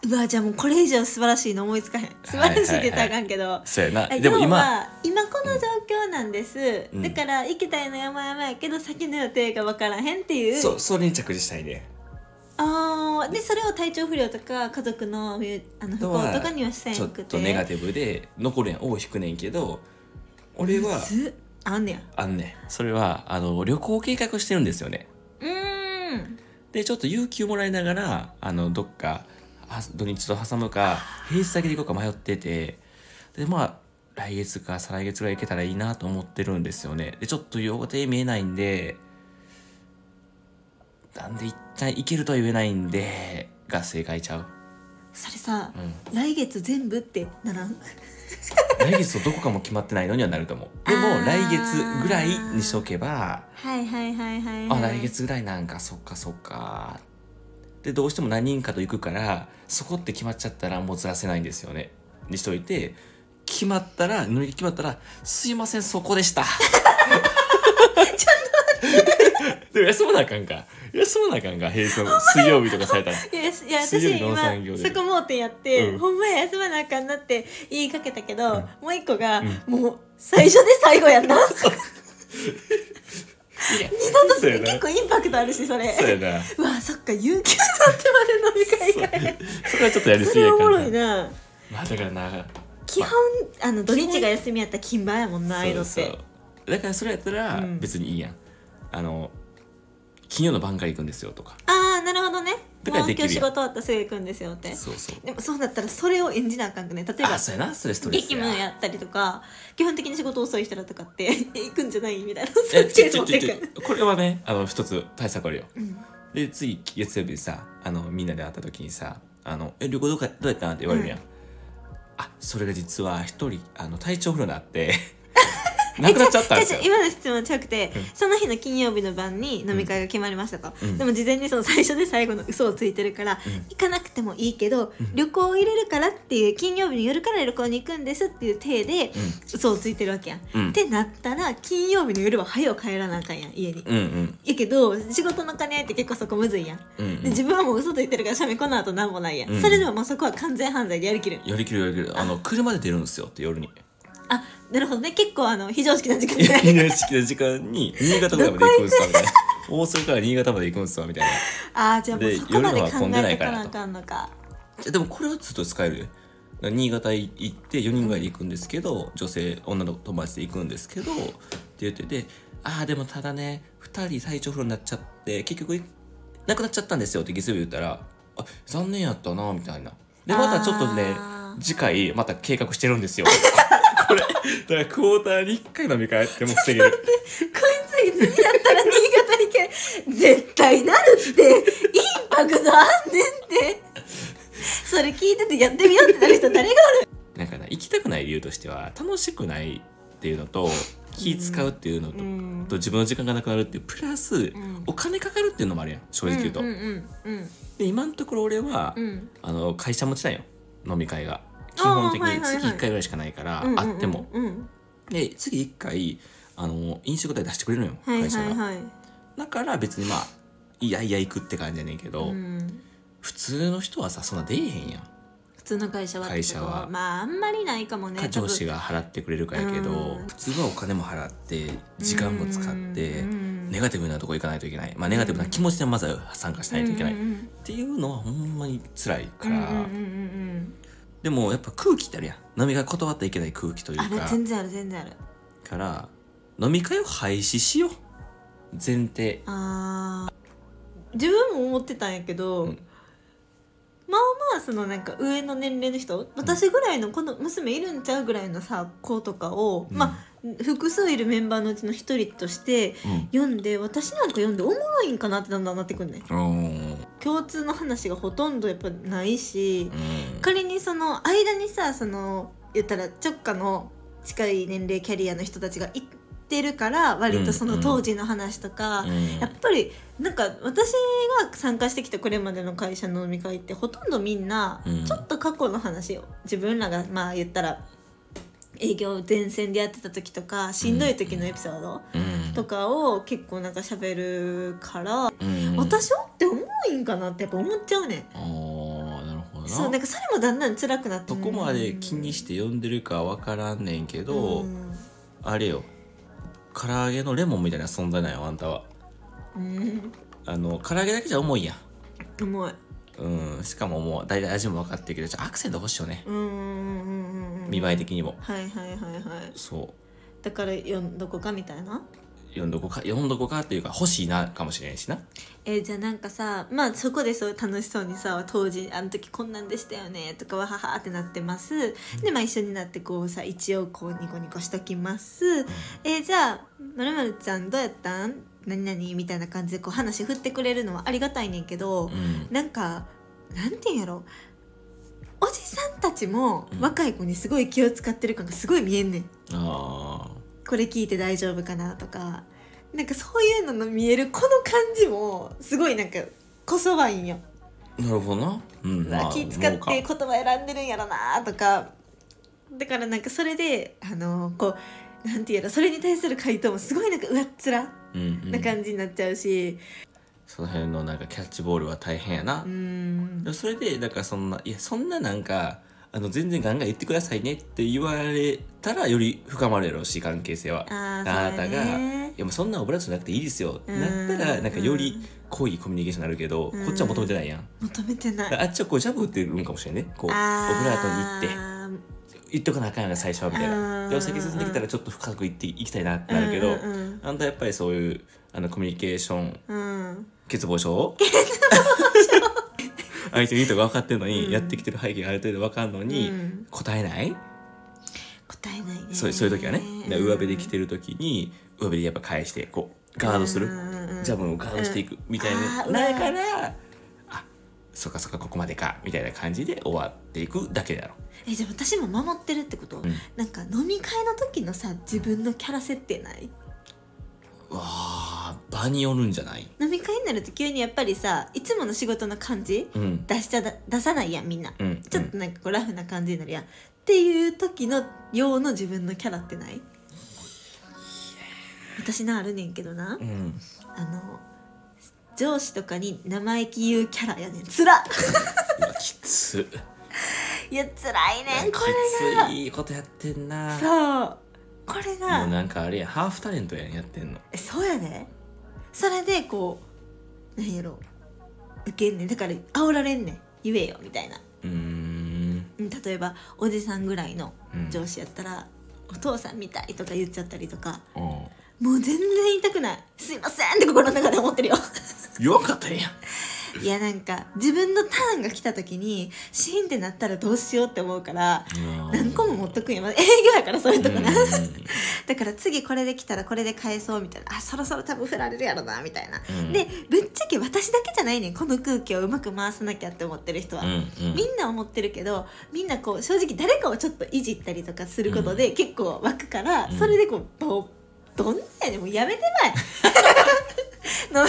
Speaker 1: ーうわじゃあもうこれ以上素晴らしいの思いつかへん素晴らしいって言ったらあかんけど、
Speaker 2: そうやな
Speaker 1: え
Speaker 2: でも
Speaker 1: 要
Speaker 2: 今
Speaker 1: は今この状況なんです、
Speaker 2: うん
Speaker 1: だから行きたいの山々やけど先の予定が分からへんっていう
Speaker 2: そうそれに着地したいね
Speaker 1: あーでそれを体調不良とか家族の不あの不
Speaker 2: とは
Speaker 1: 幸とかにはしたん
Speaker 2: ち
Speaker 1: や
Speaker 2: ょ
Speaker 1: な
Speaker 2: っ
Speaker 1: くて
Speaker 2: とネガティブで残るやん尾を引くねんけど俺は
Speaker 1: むずっあんねや
Speaker 2: あんねんそれはあの旅行計画してるんですよね
Speaker 1: うーん
Speaker 2: でちょっと有給もらいながらあのどっかは土日と挟むか平日だけで行こうか迷っててでまあ来月か再来月ぐらい行けたらいいなと思ってるんですよねでちょっと予定見えないんでなんで一旦行けるとは言えないんでが正解ちゃう、
Speaker 1: それさ
Speaker 2: う、ん、
Speaker 1: 来月全部ってならん
Speaker 2: 来月のどこかも決まってないのにはなると思うで
Speaker 1: あ
Speaker 2: も
Speaker 1: ー
Speaker 2: 来月ぐらいにしとけば
Speaker 1: はいはいはいはい、は
Speaker 2: あ
Speaker 1: い、
Speaker 2: 来月ぐらいなんかそっかそっかでどうしても何人かと行くからそこって決まっちゃったらもうずらせないんですよねにしといて決まったら乗り決まったら「すいませんそこでした」ちょっと待ってでも休まなあかんか休まなあかんか平日の水曜日とかされたら
Speaker 1: いやいや
Speaker 2: 水
Speaker 1: 私
Speaker 2: 曜日のお産業
Speaker 1: 今
Speaker 2: で
Speaker 1: そこ盲点やって、
Speaker 2: うん
Speaker 1: ほんまや休まなあかんなって言いかけたけど、
Speaker 2: うん
Speaker 1: もう一個が、
Speaker 2: うん
Speaker 1: もう最初で最後やんな
Speaker 2: いや
Speaker 1: 二度と
Speaker 2: そうやな
Speaker 1: 結構インパクトあるしそれ
Speaker 2: そうやな
Speaker 1: うわそっか有給取ってまで飲み会か
Speaker 2: それはちょっとやりす
Speaker 1: そ
Speaker 2: ぎ
Speaker 1: れ
Speaker 2: や
Speaker 1: はお
Speaker 2: か
Speaker 1: も
Speaker 2: ら
Speaker 1: ろいな
Speaker 2: まあだからな
Speaker 1: 基本あの土日が休みやったら勤番やもんなああいうのって
Speaker 2: そうそうだからそれやったら
Speaker 1: うん
Speaker 2: 別にいいやん、あの金曜の晩から行くんですよとか
Speaker 1: ああなるほどね
Speaker 2: だ
Speaker 1: も
Speaker 2: から
Speaker 1: う
Speaker 2: でき
Speaker 1: 今
Speaker 2: る
Speaker 1: 日
Speaker 2: やん
Speaker 1: 仕事終わったらすぐ行くんですよって
Speaker 2: そうそう
Speaker 1: でもそうだったらそれを演じなあかんくね例えば
Speaker 2: あそうやなそれストレス
Speaker 1: 激務
Speaker 2: や
Speaker 1: やったりとか基本的に仕事遅い人らとかって (laughs) 行くんじゃないみたいなそうい
Speaker 2: え
Speaker 1: うケ
Speaker 2: ちょ
Speaker 1: ース
Speaker 2: ち
Speaker 1: 持
Speaker 2: ょ
Speaker 1: っ
Speaker 2: ち
Speaker 1: て
Speaker 2: ょ
Speaker 1: い
Speaker 2: ち
Speaker 1: く
Speaker 2: ょこれはねあの一つ対策あるよ
Speaker 1: うん
Speaker 2: で次月曜日さあのみんなで会った時にさ「あのえ旅行どうかどうやったん?」って言われるやん、あそれが実は一人あの体調不良になって (laughs) 亡くなっちゃったんですよ
Speaker 1: (laughs) 違う違う今の質問違くて、
Speaker 2: うん
Speaker 1: その日の金曜日の晩に飲み会が決まりましたと、
Speaker 2: うん
Speaker 1: でも事前にその最初で最後の嘘をついてるから、
Speaker 2: うん
Speaker 1: 行かなくてもいいけど、
Speaker 2: ん
Speaker 1: 旅行を入れるからっていう金曜日の夜から旅行に行くんですっていう体で、
Speaker 2: うん
Speaker 1: 嘘をついてるわけやん。
Speaker 2: うん
Speaker 1: ってなったら金曜日の夜は早う帰らなあかんやん家に。
Speaker 2: うんうん
Speaker 1: やけど仕事の兼ね合いって結構そこむずいやん。
Speaker 2: うん
Speaker 1: で
Speaker 2: うん
Speaker 1: 自分はもう嘘ついてるからしゃべこの後なんもないやん、
Speaker 2: うん
Speaker 1: それでもまあそこは完全犯罪でやりきる
Speaker 2: やりきるやりきるあの車で出るんですよって夜に。 (laughs)
Speaker 1: あなるほどね結構あの非常識な時間で
Speaker 2: NHK の時間に新潟ぐらいまで行くんすわみたいな大阪から新潟まで行くんすわみたいな
Speaker 1: ああじゃあもう
Speaker 2: で
Speaker 1: そこまで考
Speaker 2: 夜は混んでな
Speaker 1: え
Speaker 2: い
Speaker 1: て
Speaker 2: か
Speaker 1: からら
Speaker 2: と
Speaker 1: あかんのか
Speaker 2: でもこれはずっと使えるよ新潟行って4人ぐらいで行くんですけど女性女の友達で行くんですけどって言ってて「ああでもただね2人体調不良になっちゃって結局亡くなっちゃったんですよ」って月曜日言ったら「あ残念やったな」みたいなでまたちょっとね
Speaker 1: あー
Speaker 2: 次回また計画してるんですよ (laughs) これだからクォーターに1回飲み会っても防げ
Speaker 1: (laughs)
Speaker 2: る
Speaker 1: こいついつになったら新潟に行け絶対なるってインパクトあんねんってそれ聞いててやってみようってなる人誰が
Speaker 2: なんかな行きたくない理由としては楽しくないっていうのと気使うっていうのと,、
Speaker 1: うん
Speaker 2: と自分の時間がなくなるっていうプラス、
Speaker 1: ん
Speaker 2: お金かかるっていうのもあるやん正直言うと、
Speaker 1: うんうんうん
Speaker 2: で今のところ俺は、
Speaker 1: うん
Speaker 2: あの会社持ちだよ飲み会が
Speaker 1: あー
Speaker 2: 基本的
Speaker 1: はい
Speaker 2: に
Speaker 1: はいはい
Speaker 2: 月1回ぐらいしかないから、
Speaker 1: うん
Speaker 2: あっても
Speaker 1: うんうん
Speaker 2: で次1回あの飲食代出してくれるのよ、
Speaker 1: はいは
Speaker 2: 会社
Speaker 1: い
Speaker 2: が
Speaker 1: はい
Speaker 2: だから別にまあいやいや行くって感じやねんけど、
Speaker 1: うん
Speaker 2: 普通の人はさそんな出えへんやん
Speaker 1: 普通の会社はってこと
Speaker 2: 会社は
Speaker 1: まああんまりないかもね
Speaker 2: か上司
Speaker 1: が
Speaker 2: が払ってくれるかやけど、
Speaker 1: うん
Speaker 2: 普通はお金も払って時間も使って、ネガティブなとこ行かないといけない、まあ、ネガティブな気持ちでまずは参加しないといけない、
Speaker 1: うん
Speaker 2: っ
Speaker 1: うんうん
Speaker 2: ていうのはほんまに辛い
Speaker 1: う
Speaker 2: か
Speaker 1: んう
Speaker 2: ら、
Speaker 1: んうんうん
Speaker 2: でもやっぱ空気ってあるやん飲み会断ってはいけない空気という
Speaker 1: あれ
Speaker 2: か
Speaker 1: 全然ある全然ある
Speaker 2: から飲み会を廃止しよう前提
Speaker 1: あー自分も思ってたんやけど、
Speaker 2: うん
Speaker 1: まあまあそのなんか上の年齢の人私ぐらいのこの娘いるんちゃうぐらいのさ子とかを、
Speaker 2: うん
Speaker 1: まあ複数いるメンバーのうちの一人として
Speaker 2: うん
Speaker 1: 読んで私なんか読んでおもろいんかなってだんだんなってくんね
Speaker 2: うん
Speaker 1: 共通の話がほとんどやっぱないし
Speaker 2: う、ん
Speaker 1: 仮にその間にさその言ったら直下の近い年齢キャリアの人たちが行ってるから割とその当時の話とか、
Speaker 2: うん
Speaker 1: やっぱりなんか私が参加してきたこれまでの会社の飲み会ってほとんどみんな
Speaker 2: うん
Speaker 1: ちょっと過去の話を自分らがまあ言ったら営業前線でやってた時とかしんどい時のエピソード
Speaker 2: うん
Speaker 1: とかを結構なんか喋るから、
Speaker 2: うん
Speaker 1: 私はって重いんかなってやっぱ思っちゃうね、
Speaker 2: あーなるほど
Speaker 1: ん、
Speaker 2: な
Speaker 1: そうなんかそれもだんだん辛くなって
Speaker 2: どこまで気にして呼んでるかわからんねんけど、
Speaker 1: うん
Speaker 2: あれよ唐揚げのレモンみたいな存在なんよあんたは
Speaker 1: うん
Speaker 2: あの唐揚げだけじゃ重いやん
Speaker 1: 重い
Speaker 2: うんしかももう大体味も分かってるけどちょっとアクセント欲しいよね
Speaker 1: うんうんうんうんうん
Speaker 2: 見栄え的にも
Speaker 1: はいはいはいはい
Speaker 2: そう
Speaker 1: だから読んどこかみたいな
Speaker 2: 読んどこか読んどこかっていうか欲しいなかもしれんしな
Speaker 1: えーじゃあなんかさまあそこでそう楽しそうにさ当時あの時こんなんでしたよねとかわははってなってますでまあ一緒になってこうさ一応こうニコニコしときますえーじゃあまるまるちゃんどうやったん何々みたいな感じでこう話振ってくれるのはありがたいねんけど
Speaker 2: うん
Speaker 1: なんかなんていうんやろおじさんたちも若い子にすごい気を使ってる感がすごい見えんねん
Speaker 2: あ
Speaker 1: これ聞いて大丈夫かなとかなんかそういうのの見えるこの感じもすごいなんかこそばいんよ、
Speaker 2: ーなるほどなうん
Speaker 1: うわ気使って言
Speaker 2: 思
Speaker 1: 葉選んでるんやろなとかだからなんかそれであのこうなんて言うやろそれに対する回答もすごいなんか上っ面
Speaker 2: うかうんうん
Speaker 1: な感じになっちゃうし
Speaker 2: その辺のなんかキャッチボールは大変やな、
Speaker 1: うーん
Speaker 2: でもそれでだからそんないやそんななんかあの全然ガンガン言ってくださいねって言われたらより深まるやろうし関係性は
Speaker 1: あー
Speaker 2: なた
Speaker 1: そうや
Speaker 2: が
Speaker 1: ね
Speaker 2: いやもうそんなオブラートじゃなくていいですよ
Speaker 1: うん
Speaker 2: なったらなんかより濃いコミュニケーションになるけどこ
Speaker 1: うん
Speaker 2: っちは求めてないやん
Speaker 1: 求めてな
Speaker 2: だか
Speaker 1: い
Speaker 2: らあっちはこうジャブ打ってるんかもしれんねこうオブ
Speaker 1: あー
Speaker 2: ラートに行って言っとかなあかんやな最初はみたい
Speaker 1: あ
Speaker 2: な
Speaker 1: ー
Speaker 2: でお先進んできたらちょっと深く行っていきたいなってなるけ
Speaker 1: うん
Speaker 2: ど、
Speaker 1: うん
Speaker 2: あんたやっぱりそういうあのコミュニケーション
Speaker 1: うんうん
Speaker 2: 欠乏症相手の意図が分かってるのに、やってきてる背景がある程度分かるのに、
Speaker 1: うん
Speaker 2: 答えない、
Speaker 1: 答えないね
Speaker 2: そうそういう時はね、で上辺で来てる時に上辺でやっぱ返してこうガードする、
Speaker 1: うん
Speaker 2: ジャブをガードしていくみたいな、
Speaker 1: あー
Speaker 2: ないから、あそっかそっかここまでかみたいな感じで終わっていくだけだろ
Speaker 1: えじゃあ私も守ってるってこと、
Speaker 2: ん
Speaker 1: なんか飲み会の時のさ自分のキャラ設定ないう
Speaker 2: わあ場によるんじゃない
Speaker 1: 飲み会になると急にやっぱりさいつもの仕事の感じ
Speaker 2: うん
Speaker 1: 出しちゃだ出さないやんみんな、
Speaker 2: うん
Speaker 1: ちょっとなんかこうラフな感じになるやんっていう時の用の自分のキャラってない私なあるねんけどな、
Speaker 2: うん
Speaker 1: あの上司とかに生意気言うキャラやねんつらっ
Speaker 2: うわきつ
Speaker 1: いやつらいねんこれ
Speaker 2: きついことやってんな
Speaker 1: がそうこれが
Speaker 2: もうなんかあれやハーフタレントやんやってんの
Speaker 1: えそうやでそれでこうなんやろ受けんねんだから煽られんねん言えよみたいな
Speaker 2: うーん
Speaker 1: うん例えばおじさんぐらいの
Speaker 2: うん
Speaker 1: 上司やったら、お父さんみたいとか言っちゃったりとか
Speaker 2: うん
Speaker 1: もう全然言いたくないすいませんって心の中で思ってるよ
Speaker 2: 弱かったやん
Speaker 1: いやなんか自分のターンが来た時にシーンってなったらどうしようって思うから何個も持っとくんやまだ営業やからそういうとこな、だから次これで来たらこれで返そうみたいなあそろそろ多分振られるやろなみたいな、
Speaker 2: うん
Speaker 1: でぶっちゃけ私だけじゃないねんこの空気をうまく回さなきゃって思ってる人は、
Speaker 2: うんうん
Speaker 1: みんな思ってるけどみんなこう正直誰かをちょっといじったりとかすることで結構湧くから、
Speaker 2: うん
Speaker 1: それでこう場をどんなやねんもうやめて
Speaker 2: (laughs)
Speaker 1: まい飲み会な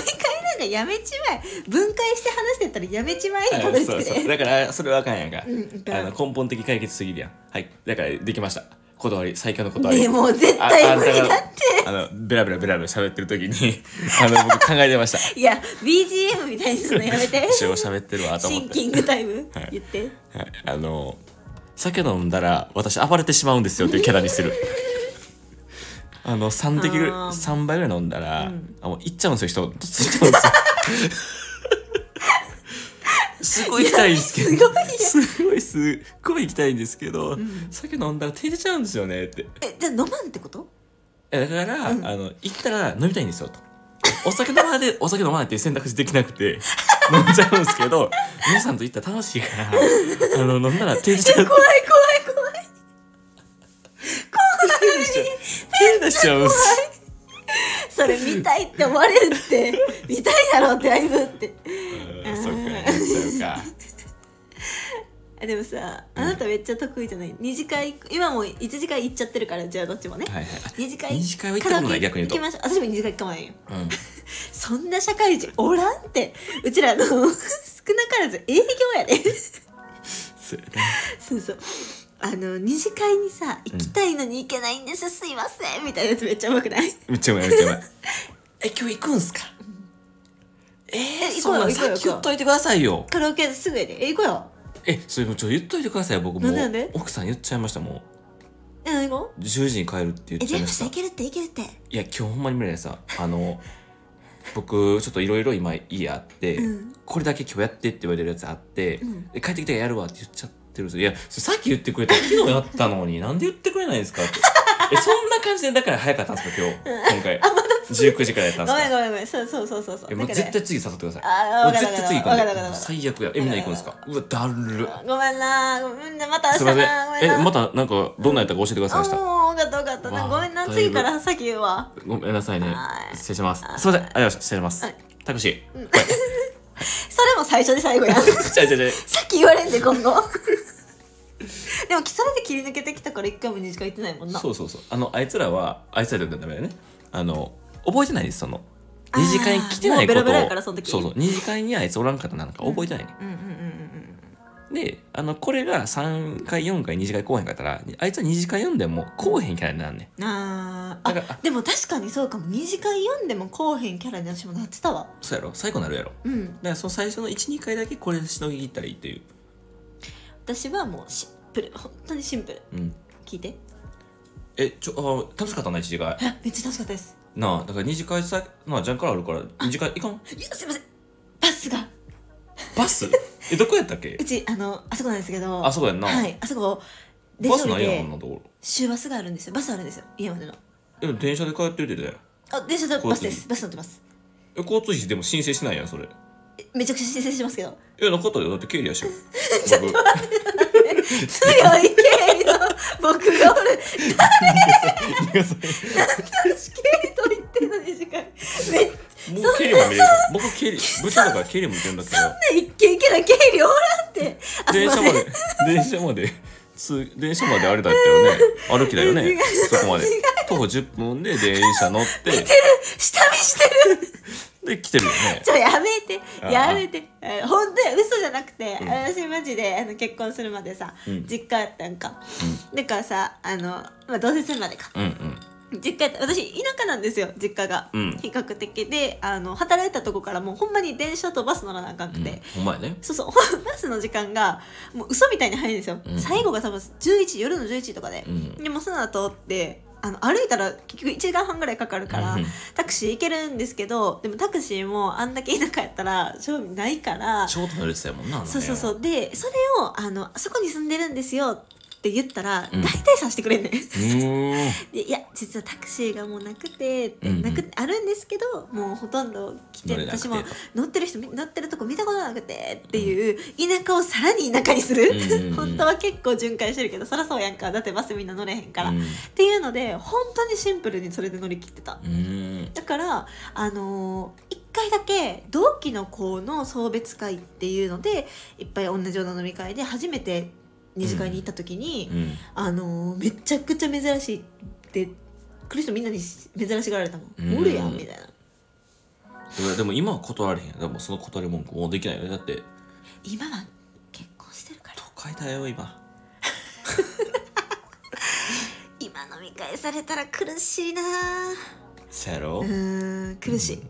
Speaker 1: んかやめちまえ分解して話してったらやめちまえにたど
Speaker 2: あ
Speaker 1: り
Speaker 2: そう
Speaker 1: 着く
Speaker 2: そ
Speaker 1: ね
Speaker 2: うだからそれはあかんやんか、
Speaker 1: うんいか
Speaker 2: あ
Speaker 1: ん
Speaker 2: の根本的解決すぎるやんはいだからできました断り最強の断り
Speaker 1: でもう絶
Speaker 2: あ
Speaker 1: 対
Speaker 2: あん
Speaker 1: 無
Speaker 2: た
Speaker 1: 理だ
Speaker 2: が
Speaker 1: って
Speaker 2: あのベラベラベラベラ喋ってる時に (laughs) あの僕考えてました
Speaker 1: いや BGM みたいにするのやめ
Speaker 2: (laughs)
Speaker 1: て
Speaker 2: 一応喋ってるわと
Speaker 1: シ
Speaker 2: 思っ
Speaker 1: ン
Speaker 2: て、
Speaker 1: キングタイム、
Speaker 2: はい
Speaker 1: 言って
Speaker 2: はい、あの酒飲んだら私暴れてしまうんですよっていうキャラにするあの3滴ぐ
Speaker 1: あー
Speaker 2: 3杯ぐらい飲んだ
Speaker 1: う
Speaker 2: ら、
Speaker 1: ん
Speaker 2: あもう行っちゃうんですよ人ついちゃう
Speaker 1: (laughs)
Speaker 2: んですよすごい行きたいんですけど
Speaker 1: いやす
Speaker 2: すごいすっごい行きたいんですけど、酒飲んだら手出ちゃうんですよねって
Speaker 1: えじゃあ飲まんってこと
Speaker 2: えだから、あの行ったら飲みたいんですよとお酒飲まな
Speaker 1: (laughs)
Speaker 2: いでお酒飲まないっていう選択肢できなくて飲んじゃうんですけど皆さんと行ったら楽しいからあの飲んだら手出ちゃ
Speaker 1: 怖い
Speaker 2: う
Speaker 1: 怖い怖い
Speaker 2: 手出しちゃう手出しちゃうんです
Speaker 1: それ見たいって思われるって
Speaker 2: (laughs)
Speaker 1: 見たいだろうってだいぶって
Speaker 2: うんそっかやっちゃうか
Speaker 1: あでもさあなためっちゃ得意じゃない二次会今もう一次会行っちゃってるからじゃあどっちもね、
Speaker 2: はいはい
Speaker 1: 二次会
Speaker 2: 二次会は行ったことない
Speaker 1: カラオケ
Speaker 2: 逆に言うと
Speaker 1: 行きましょう私も二次会行かないよ
Speaker 2: うん
Speaker 1: そんな社会人おらんってうちらの (laughs) 少なからず営業やで、 (laughs)
Speaker 2: そうや
Speaker 1: そうそうあの二次会にさ行きたいのに行けないんです、すいませんみたいなやつめっちゃうまくない
Speaker 2: なめっちゃうまいめっちゃうまいえ今日行くんすかえ
Speaker 1: え
Speaker 2: ー、
Speaker 1: 行
Speaker 2: そ
Speaker 1: こ
Speaker 2: ん
Speaker 1: うよ
Speaker 2: な
Speaker 1: 行こ
Speaker 2: ん
Speaker 1: うよ
Speaker 2: さっき言っといてくださいよ
Speaker 1: カラオケすぐやでえ行こうよ
Speaker 2: えそれもちょ言っといてください僕も
Speaker 1: な
Speaker 2: うん
Speaker 1: でなんで
Speaker 2: 奥さん言っちゃいましたも
Speaker 1: え何行こう
Speaker 2: う10時に帰るって言
Speaker 1: え
Speaker 2: っちゃ
Speaker 1: 全
Speaker 2: いま
Speaker 1: 部
Speaker 2: し
Speaker 1: さ
Speaker 2: た
Speaker 1: いけるっていけるって
Speaker 2: いや今日ほんまに無理でさあの僕ちょっといろいろ今家あって、
Speaker 1: うん
Speaker 2: これだけ今日やってって言われるやつあって、
Speaker 1: うん
Speaker 2: で帰ってきたらやるわって言っちゃってるんですよいやそれさっき言ってくれた昨日やったのになんで言ってくれないんで
Speaker 1: (laughs)
Speaker 2: すかってえそんな感じでだから早かったんですか今日今回19時からやったんで
Speaker 1: ご
Speaker 2: す
Speaker 1: めん
Speaker 2: か
Speaker 1: ごめんごめんそうそうそうそうそう
Speaker 2: えもう
Speaker 1: だから
Speaker 2: 絶対次誘ってください
Speaker 1: あーわか
Speaker 2: 俺
Speaker 1: った
Speaker 2: 絶対次行
Speaker 1: わ
Speaker 2: か
Speaker 1: か
Speaker 2: な
Speaker 1: ったわかったわかっ
Speaker 2: い
Speaker 1: た
Speaker 2: 最悪やえみんな行くんですかうわだる
Speaker 1: ごめんなごめんなまた明
Speaker 2: す
Speaker 1: 日
Speaker 2: いません
Speaker 1: なごめんな
Speaker 2: えまたなんかどんなやったか教えてください
Speaker 1: あ
Speaker 2: 明日
Speaker 1: もう分かった分かったな
Speaker 2: わあ
Speaker 1: ごめんな
Speaker 2: だいぶ
Speaker 1: 次から先言うわ
Speaker 2: ごめんなさいね
Speaker 1: はい
Speaker 2: 失礼しますすいませんありがとうございました失礼します
Speaker 1: はい
Speaker 2: タクシー
Speaker 1: それも最初で最
Speaker 2: (laughs)
Speaker 1: 後や
Speaker 2: ちゃいちゃいちゃい
Speaker 1: さっき言われんで今後でもそれで切り抜けてきたから一回も二次会行ってないもんな
Speaker 2: そうそうそうあのあいつらはあいつらでダメだよねあの覚えてないですその
Speaker 1: あー
Speaker 2: 二次会に来てないこ
Speaker 1: も
Speaker 2: とを
Speaker 1: うベロベロやからその時
Speaker 2: うそう二次会にあいつおらんかったなんか覚えてない、
Speaker 1: うんうんうんうん
Speaker 2: であのこれが3回4回二次会来おへんかったらあいつは二次会読んでも来おへんキャラになんねん
Speaker 1: うんあー
Speaker 2: だから
Speaker 1: あでも確かにそうかも二次会読んでもこうへんキャラに私もなってたわ
Speaker 2: そうやろ最後なるやろだか
Speaker 1: うん
Speaker 2: らその最初の12回だけこれしのぎ切ったらいいっていう
Speaker 1: 私はもうシンプル本当にシンプル
Speaker 2: うん
Speaker 1: 聞いて
Speaker 2: えちょあー楽しかったな一次会
Speaker 1: えめっちゃ楽しかったです
Speaker 2: なあだから二次会さまあジャンカラあるから二次会行かん
Speaker 1: いやすいませんパスが
Speaker 2: バスえどこやった
Speaker 1: (laughs)
Speaker 2: っけ
Speaker 1: うちあのあそこなんですけど
Speaker 2: あそこやんな、
Speaker 1: はいあそこ電
Speaker 2: バ
Speaker 1: 車
Speaker 2: ス
Speaker 1: 降
Speaker 2: な
Speaker 1: り
Speaker 2: いやんあ
Speaker 1: て
Speaker 2: んなとこ
Speaker 1: 終バスがあるんですよバスあるんですよ家までの
Speaker 2: ろでも電車で帰ってるって言ってたやん
Speaker 1: あ電車とバスですバス乗ってます
Speaker 2: え交通費でも申請しないやんそれ
Speaker 1: えめちゃくちゃ申請しますけ
Speaker 2: (laughs)
Speaker 1: ど
Speaker 2: えなかったよだって経理
Speaker 1: (laughs)
Speaker 2: やしよちょっと待って
Speaker 1: 強い経理の僕がおる私経理と言ってんのに時間めっ
Speaker 2: もう経理も見れるから僕経理部長だから経理も見てるんだけど
Speaker 1: ちゃ一軒行けない経理おらんってあすい
Speaker 2: 電
Speaker 1: ま
Speaker 2: 車
Speaker 1: せ
Speaker 2: ま
Speaker 1: ん
Speaker 2: で電車まで通電車まであれだったよね歩きだよ
Speaker 1: 違
Speaker 2: ね
Speaker 1: う
Speaker 2: そこまで徒歩10分で電車
Speaker 1: (laughs)
Speaker 2: 乗って
Speaker 1: 下見してる
Speaker 2: で来てるよ
Speaker 1: (laughs)
Speaker 2: ね
Speaker 1: ちょやめて
Speaker 2: あ
Speaker 1: やめてえー本当に嘘じゃなくて、
Speaker 2: うん
Speaker 1: 私マジであの結婚するまでさ、
Speaker 2: うん
Speaker 1: 実家やったんか、だからさあの、まあ、同棲するまでか
Speaker 2: うんうん
Speaker 1: 実家やった私田舎なんですよ実家が、
Speaker 2: うん
Speaker 1: 比較的であの働いたとこからもうほんまに電車とバス乗らなあかんくて、
Speaker 2: うんほんまやね
Speaker 1: そうそう (laughs) バスの時間がもう嘘みたいに早いんですよ、
Speaker 2: うん
Speaker 1: 最後が多分11時夜の11時とかで
Speaker 2: う、ん
Speaker 1: でもその後ってあの歩いたら結局1時間半ぐらいかかるから、
Speaker 2: うん
Speaker 1: タクシー行けるんですけどでもタクシーもあんだけ田舎やったら興味ないから
Speaker 2: ちょうど乗れてたもんなあのね
Speaker 1: そうそうそうでそれをあの「あそこに住んでるんですよ」って言ったら、
Speaker 2: うん
Speaker 1: 大体さしてくれんねん。
Speaker 2: うーん
Speaker 1: でいや実はタクシーがもうなくてって、
Speaker 2: うんうん
Speaker 1: なくあるんですけどもうほとんど来て
Speaker 2: 乗れなく
Speaker 1: 私
Speaker 2: て
Speaker 1: も乗ってる人み乗ってるとこ見たことなくてっていう、田舎をさらに田舎にする、
Speaker 2: うんうんうん
Speaker 1: (laughs) 本当は結構巡回してるけどそらそうやんかだってバスみんな乗れへんから、
Speaker 2: う
Speaker 1: っ
Speaker 2: んう
Speaker 1: ていうので本当にシンプルにそれで乗り切ってた、
Speaker 2: ーん
Speaker 1: だからあのー一回だけ同期の子の送別会っていうのでいっぱい同じような飲み会で初めて二次会に行った時に、
Speaker 2: うん
Speaker 1: あのーめちゃくちゃ珍しいって来る人みんなにし珍しがられたもん、
Speaker 2: うん
Speaker 1: おるやんみたいな
Speaker 2: でもでも今は断れへんでもその断り文句もうできないよねだって
Speaker 1: 今は結婚してるから
Speaker 2: 都会だよ今
Speaker 1: 今飲み会されたら苦しいな
Speaker 2: せやろ
Speaker 1: うーん苦しい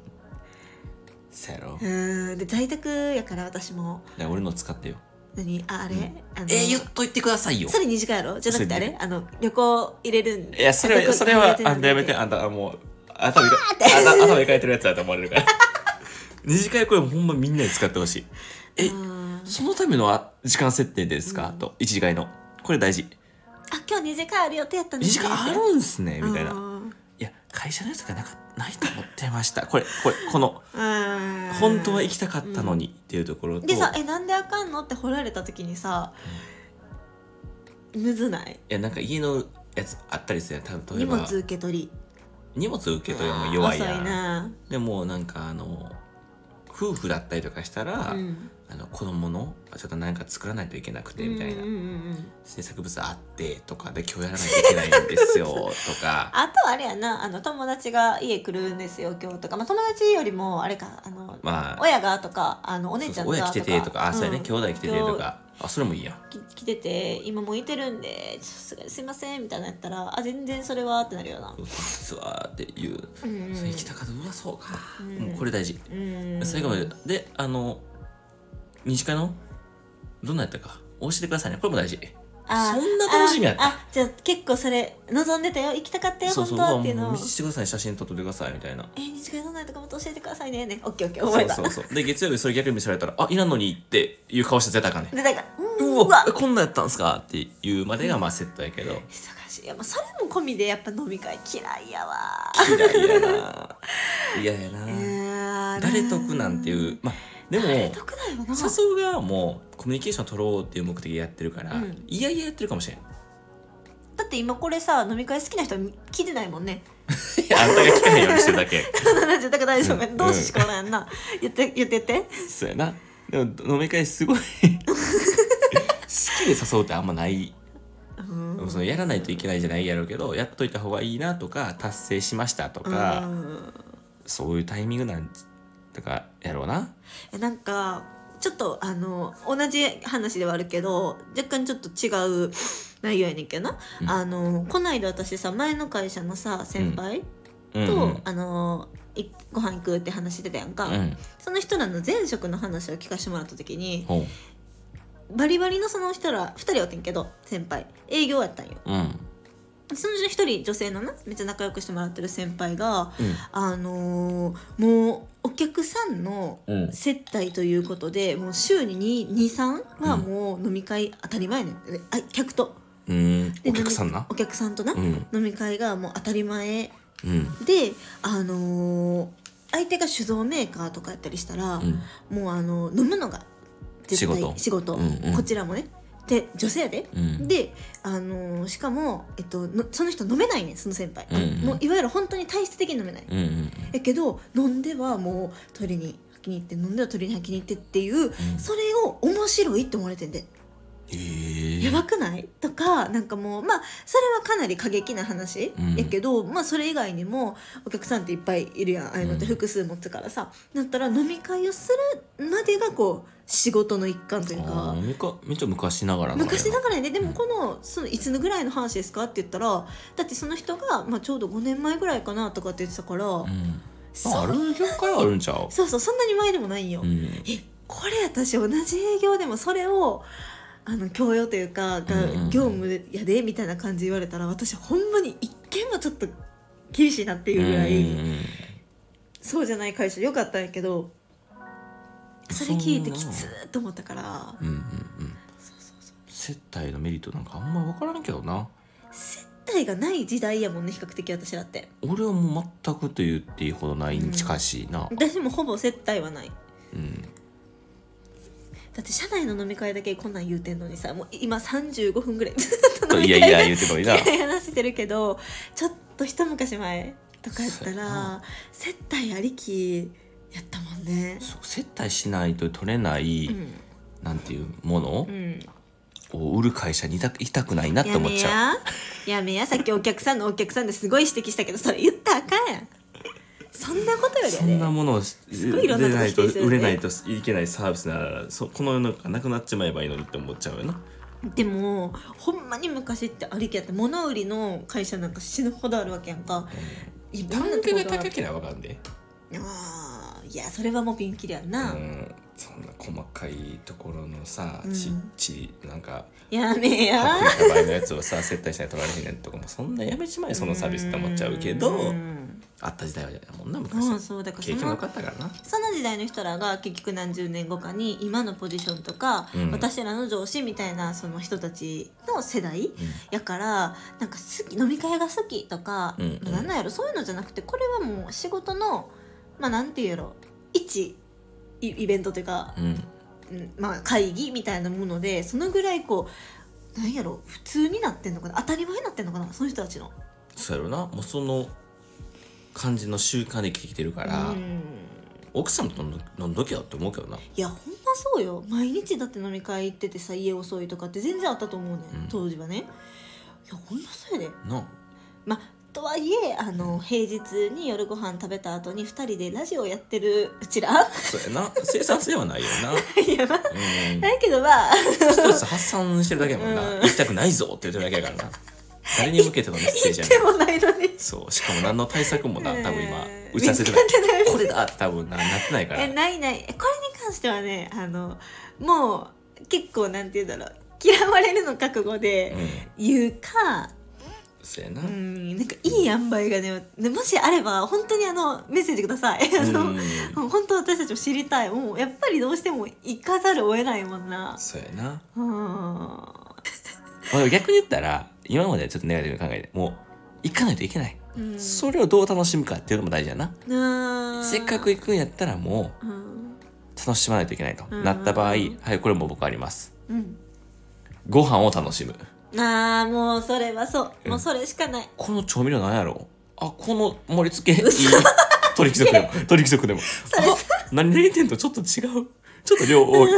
Speaker 2: せやろ
Speaker 1: うーんで在宅やから私も
Speaker 2: だから俺の使ってよ
Speaker 1: 何ああれ、
Speaker 2: うん
Speaker 1: あの
Speaker 2: えー言っといてくださいよ
Speaker 1: それ2時間やろじゃなくてあ
Speaker 2: そ
Speaker 1: れあの旅行入れるん
Speaker 2: いや、それは、それは、あんたやめて、あんた、あもう、頭いか、頭頭いかれてるやつだと思われるから。 (laughs) 二次会これほんまみんなに使ってほしい。え
Speaker 1: うーんあ
Speaker 2: そのためのあ時間設定ですか、
Speaker 1: うん
Speaker 2: と、一次会の。これ大事。
Speaker 1: 今日2時間ある予定やったん
Speaker 2: 二
Speaker 1: です
Speaker 2: 次
Speaker 1: ね
Speaker 2: 会あるんすね、みたいな。
Speaker 1: うん
Speaker 2: いや、会社のやつがなかないと思ってました。これ、これ、この、
Speaker 1: うん
Speaker 2: 本当は行きたかったのにっていうところと、
Speaker 1: で
Speaker 2: い
Speaker 1: さ「えなんであかんの?」って掘られた時にさ、むずない
Speaker 2: や、なんか家のやつあったりするやん、例
Speaker 1: 荷
Speaker 2: え
Speaker 1: 物
Speaker 2: ば、
Speaker 1: 受け取り
Speaker 2: 荷物受け取りも弱いや
Speaker 1: 遅い
Speaker 2: ん。
Speaker 1: な
Speaker 2: でも、なんか、あの、夫婦だったりとかしたら、
Speaker 1: うん
Speaker 2: あの子供のちょっと何か作らないといけなくてみたいな、
Speaker 1: うんうんうんうん
Speaker 2: 制作物あってとかで今日やらないといけないんで
Speaker 1: (laughs)
Speaker 2: すよとか
Speaker 1: あとあれやなあの友達が家来るんですよ今日とか、まあ、友達よりもあれかあの
Speaker 2: まあ
Speaker 1: 親がとかあのお姉
Speaker 2: そう
Speaker 1: ちゃ
Speaker 2: そ
Speaker 1: んが
Speaker 2: う
Speaker 1: とか
Speaker 2: 親来ててとかあそうやね、
Speaker 1: ん
Speaker 2: 兄弟来ててとかあそれもいいやん
Speaker 1: き来てて今もういてるんでちょっとすいませんみたいなやったらあ全然それはってなるよな
Speaker 2: そうそう実はっていう、
Speaker 1: うんうん
Speaker 2: それ来たかとうわそうか、
Speaker 1: うん
Speaker 2: もうこれ大事、
Speaker 1: うん
Speaker 2: 最後までであの二次会のどんなんやったか教えてくださいねこれも大事
Speaker 1: あ
Speaker 2: そんな楽しみやった
Speaker 1: ああじゃあ結構それ望んでたよ行きたかったよ
Speaker 2: そう
Speaker 1: 本
Speaker 2: そう
Speaker 1: 当っていう
Speaker 2: うわ
Speaker 1: の
Speaker 2: も
Speaker 1: を
Speaker 2: う見せてください写真撮ってくださいみたいな
Speaker 1: えー、日会どんなとかもっと教えてくださいねねオッケーオッケー
Speaker 2: そ
Speaker 1: 覚え
Speaker 2: う
Speaker 1: た
Speaker 2: そうそうで月曜日それ逆に見せられたら「あいらんのに」っていう顔して絶対あかんねん
Speaker 1: でなんかう
Speaker 2: うんわ
Speaker 1: うわ
Speaker 2: こんなんやったんすかっていうまでがまあセットやけど
Speaker 1: 忙しいいやまあそれも込みでやっぱ飲み会嫌いやわ
Speaker 2: 嫌やな嫌やな、
Speaker 1: (laughs) えー
Speaker 2: 誰得なんていうまあでも
Speaker 1: 誰得だよな
Speaker 2: 誘う側もコミュニケーション取ろうっていう目的でやってるから、
Speaker 1: うん
Speaker 2: いやいややってるかもしれん (laughs) い
Speaker 1: だって今これさ飲み会好きな人は聞いてないもんね
Speaker 2: やあんたが聞かへんようにしてるだけ
Speaker 1: なんじゃだから大丈夫、
Speaker 2: うん
Speaker 1: 同志しかおらんな言って言ってって
Speaker 2: そうやなでも飲み会すごい好きで誘うってあんまない
Speaker 1: うん
Speaker 2: そのやらないといけないじゃないやろうけどやっといた方がいいなとか達成しましたとか、
Speaker 1: うん
Speaker 2: そういうタイミングなんとかやろうな
Speaker 1: えなんかちょっとあの同じ話ではあるけど若干ちょっと違う内容やねんけどな、
Speaker 2: うん
Speaker 1: あのこないだ私さ前の会社のさ先輩
Speaker 2: う
Speaker 1: と、
Speaker 2: んうん
Speaker 1: あのいご飯行くって話してたやんか、
Speaker 2: うん
Speaker 1: その人らの前職の話を聞かせてもらった時に
Speaker 2: ほ
Speaker 1: バリバリのその人ら2人おってんけど先輩営業やったんよ
Speaker 2: ううん
Speaker 1: そのうちの1人女性のなめっちゃ仲良くしてもらってる先輩が
Speaker 2: うん
Speaker 1: あのーもうお客さんの
Speaker 2: うん
Speaker 1: 接待ということで、もう週に23はもう飲み会当たり前ね、ん、あ客と
Speaker 2: うん
Speaker 1: で
Speaker 2: お客さんな
Speaker 1: お客さんとな、
Speaker 2: うん
Speaker 1: 飲み会がもう当たり前
Speaker 2: うん
Speaker 1: であのー相手が酒造メーカーとかやったりしたら、
Speaker 2: うん
Speaker 1: もうあの飲むのが絶対
Speaker 2: 仕事うんうん
Speaker 1: こちらもねで女性やで、
Speaker 2: うん
Speaker 1: で、あのーしかも、えっと、のその人飲めないねんその先輩、
Speaker 2: うんうん
Speaker 1: もういわゆる本当に体質的に飲めない、
Speaker 2: うんうん
Speaker 1: やけど飲んではもうトイレに履きに行って飲んではトイレに履きに行ってっていうそれを面白いって思われてんで
Speaker 2: え
Speaker 1: や
Speaker 2: ー
Speaker 1: ばくないとかなんかもうまあそれはかなり過激な話
Speaker 2: うん
Speaker 1: やけど、まあそれ以外にもお客さんっていっぱいいるやんああいうのって
Speaker 2: うん
Speaker 1: 複数持つからさ、だったら飲み会をするまでがこう仕事の一環という
Speaker 2: あ
Speaker 1: か
Speaker 2: ー。めかめっちゃ昔ながらの
Speaker 1: 昔ながらやねで
Speaker 2: う
Speaker 1: も
Speaker 2: ん
Speaker 1: このそのいつのぐらいの話ですかって言ったらだってその人が、まあ、ちょうど5年前ぐらいかなとかって言ってたから、
Speaker 2: うん
Speaker 1: そ
Speaker 2: あある業界はあるんちゃう
Speaker 1: そうそうそんなに前でもないんよ、
Speaker 2: うん
Speaker 1: えこれ私同じ営業でもそれをあの教養というかが
Speaker 2: うんうんうん
Speaker 1: 業務やでみたいな感じで言われたら私ほんまに一見もちょっと厳しいなっていうぐらい、
Speaker 2: うんうんうん
Speaker 1: そうじゃない会社よかったんやけどそれ聞いてきつーっと思ったから
Speaker 2: うんうんうん接待のメリットなんかあんま分からんけどな
Speaker 1: 接待がない時代やもんね比較的私だって
Speaker 2: 俺はもう全くと言っていいほどないに近しいな
Speaker 1: 私もほぼ接待はない
Speaker 2: うん
Speaker 1: だって社内の飲み会だけこんなん言うてんのにさもう今35分ぐらいずっと飲み
Speaker 2: (laughs) いや
Speaker 1: 会
Speaker 2: いや言うてもいいな (laughs)
Speaker 1: 嫌い話してるけどちょっと一昔前とかやった
Speaker 2: そうや
Speaker 1: ら
Speaker 2: な
Speaker 1: 接待ありきやったもんね
Speaker 2: そう接待しないと取れない、
Speaker 1: うん
Speaker 2: なんていうもの
Speaker 1: うん
Speaker 2: を売る会社にいたいたくないなって
Speaker 1: や
Speaker 2: 思っ
Speaker 1: め
Speaker 2: ちゃう
Speaker 1: ややめやさっきお客さんのお客さんですごい指摘したけどそれ言ったらあかんやんそんなことよりや
Speaker 2: そ
Speaker 1: で
Speaker 2: んなものを
Speaker 1: ごいいろんな
Speaker 2: 売れ
Speaker 1: とこ
Speaker 2: ない
Speaker 1: 否
Speaker 2: と
Speaker 1: 定するよね
Speaker 2: 売れないといけないサービスならそこの世の中なくなっちまえばいいのにって思っちゃうよな
Speaker 1: でもほんまに昔ってありきやった物売りの会社なんか死ぬほどあるわけやんかいろんなと
Speaker 2: 単価
Speaker 1: こ
Speaker 2: が
Speaker 1: が
Speaker 2: 高ければわかんで、
Speaker 1: あーいやそれはもうピンキリやん
Speaker 2: う
Speaker 1: な、
Speaker 2: ん、そんな細かいところのさ
Speaker 1: うん
Speaker 2: ちっちなんか
Speaker 1: やめや
Speaker 2: パクった場合のやつをさ接待しないと取られへんねんとかもそんなやめちまえそのサービスって思っちゃうけど
Speaker 1: うん
Speaker 2: あった時代はやもんな昔
Speaker 1: うんそうだからそ
Speaker 2: 経験も
Speaker 1: の
Speaker 2: 良かったからな
Speaker 1: その時代の人らが結局何十年後かに今のポジションとか、
Speaker 2: うん
Speaker 1: 私らの上司みたいなその人たちの世代やからなんか好き飲み会が好きとか、
Speaker 2: うんうん
Speaker 1: まあなんなんやろそういうのじゃなくてこれはもう仕事のまあなんていうやろ一イイベントというか、
Speaker 2: うん、うん
Speaker 1: うんまあ、会議みたいなものでそのぐらいこうなんやろ普通になってんのかな当たり前になってんのかなその人たちの。
Speaker 2: そうやろなもうその感じの習慣で生きてきてるから、
Speaker 1: うん
Speaker 2: 奥さんと飲んどけよって思うけどない
Speaker 1: やほんまそうよ毎日だって飲み会行っててさ家遅いとかって全然あったと思うね、
Speaker 2: うん
Speaker 1: ん当時はねいやほんまそうやで
Speaker 2: な
Speaker 1: まあとはいえあの平日に夜ご飯食べた後に2人でラジオやってるうちら (laughs) い
Speaker 2: そうやな生産性はないよな、
Speaker 1: やまあ
Speaker 2: うん、
Speaker 1: だけどまあ
Speaker 2: ストレス発散してるだけやもんな、
Speaker 1: うん
Speaker 2: 行きたくないぞって言ってるだけやからな誰に向けてのメッセージ
Speaker 1: 言
Speaker 2: や
Speaker 1: っても
Speaker 2: ねん
Speaker 1: ないのに
Speaker 2: そうしかも何の対策もな多分今
Speaker 1: えー
Speaker 2: 打ち合わせてない
Speaker 1: 見つかってない
Speaker 2: これだって多分ななってないから
Speaker 1: えないないこれに関してはねあのもう結構なんて言うんだろう嫌われるの覚悟で
Speaker 2: うん
Speaker 1: 言うか、
Speaker 2: そうやな、
Speaker 1: うーん、なんかいい塩梅がねねもしあれば本当にあのメッセージくださいあの、
Speaker 2: うん
Speaker 1: 本当私たちも知りたいもうやっぱりどうしても行かざるを得ないもんな
Speaker 2: そうやな
Speaker 1: うん
Speaker 2: まあ逆に言ったら今まではちょっとネガティブに考えてもう行かないといけない、
Speaker 1: うん
Speaker 2: それをどう楽しむかっていうのも大事やな
Speaker 1: うん
Speaker 2: せっかく行くんやったらも
Speaker 1: うん
Speaker 2: う楽しまないといけないと、
Speaker 1: うん
Speaker 2: なった場合はいこれも僕あります
Speaker 1: うん
Speaker 2: ご飯を楽しむ
Speaker 1: あーもうそれはそう、
Speaker 2: うん
Speaker 1: もうそれしかない (laughs)
Speaker 2: この調味料なんやろあこの盛り付けいい鳥貴族でも鳥貴族でも
Speaker 1: それ
Speaker 2: あ何々店とちょっと違うちょっと量
Speaker 1: (laughs)
Speaker 2: 多い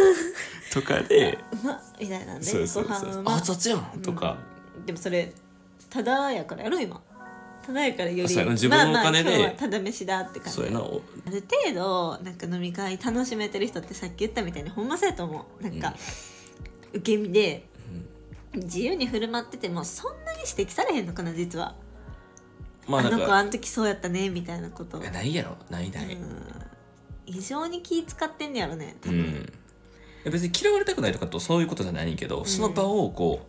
Speaker 2: とかで
Speaker 1: うまっみたいなんで
Speaker 2: そうそうそ
Speaker 1: ご
Speaker 2: うそ
Speaker 1: 飯う
Speaker 2: う
Speaker 1: まっ
Speaker 2: 熱々やんとか、
Speaker 1: でもそれただやからやろ今ただやからより
Speaker 2: そうやな自分のお金で
Speaker 1: まあまあ、今日はただ飯だって感じ
Speaker 2: そうやなお
Speaker 1: ある程度なんか飲み会楽しめてる人ってさっき言ったみたいにほんまそうやと思うなんか、受け身で自由に振る舞っててもそんなに指摘されへんのかな実は、
Speaker 2: まあ
Speaker 1: あ
Speaker 2: なん
Speaker 1: の子あ
Speaker 2: か
Speaker 1: の時そうやったねみたいなこと
Speaker 2: あないやろないない、
Speaker 1: 異常に気使ってんねやろね多
Speaker 2: う
Speaker 1: 分、
Speaker 2: ん、別に嫌われたくないとかとそういうことじゃないけど、その場をこ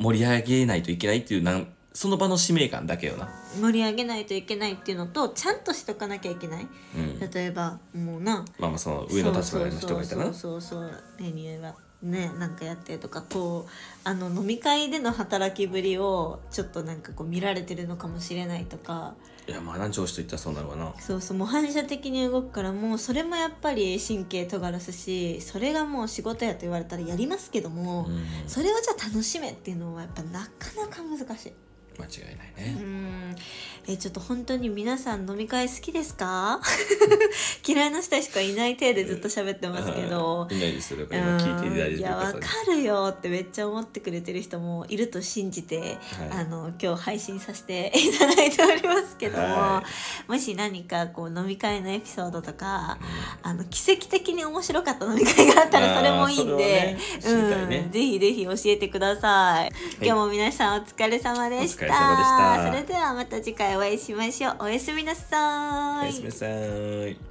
Speaker 2: う盛り上げないといけないっていうなんその場の使命感だけよな、
Speaker 1: 盛り上げないといけないっていうのとちゃんとしとかなきゃいけない
Speaker 2: うん、
Speaker 1: 例えばもうな
Speaker 2: まあまあその上の立場の人がいたらな
Speaker 1: そうそうそうそうそうメニューはねなんかやってとかこうあの飲み会での働きぶりをちょっとなんかこう見られてるのかもしれないとか
Speaker 2: いやまあ南調子と言ったらそうなるわな
Speaker 1: そうそうもう反射的に動くからもうそれもやっぱり神経尖らすしそれがもう仕事やと言われたらやりますけども、
Speaker 2: うん
Speaker 1: それをじゃあ楽しめっていうのはやっぱなかなか難しい。
Speaker 2: 間違いないうね、
Speaker 1: んえちょっと本当に皆さん飲み会好きですか (laughs) 嫌いな人しかいない体でずっと喋ってますけ
Speaker 2: (laughs)
Speaker 1: ど
Speaker 2: あーいないですよだ
Speaker 1: う
Speaker 2: か
Speaker 1: ん
Speaker 2: ら今聞いていただいてる
Speaker 1: いやわかるよってめっちゃ思ってくれてる人もいると信じて、
Speaker 2: はい
Speaker 1: あの今日配信させていただいておりますけども、
Speaker 2: は
Speaker 1: もし何かこう飲み会のエピソードとか、あの奇跡的に面白かった飲み会があったらそれもいいんで、
Speaker 2: あーそれはね知りたいね
Speaker 1: うん、ぜひぜひ教えてください、今日も皆さんお疲れ様でした
Speaker 2: お疲れ様でした
Speaker 1: それではまた次回お会いしましょうおやすみなさ
Speaker 2: おやすみなさい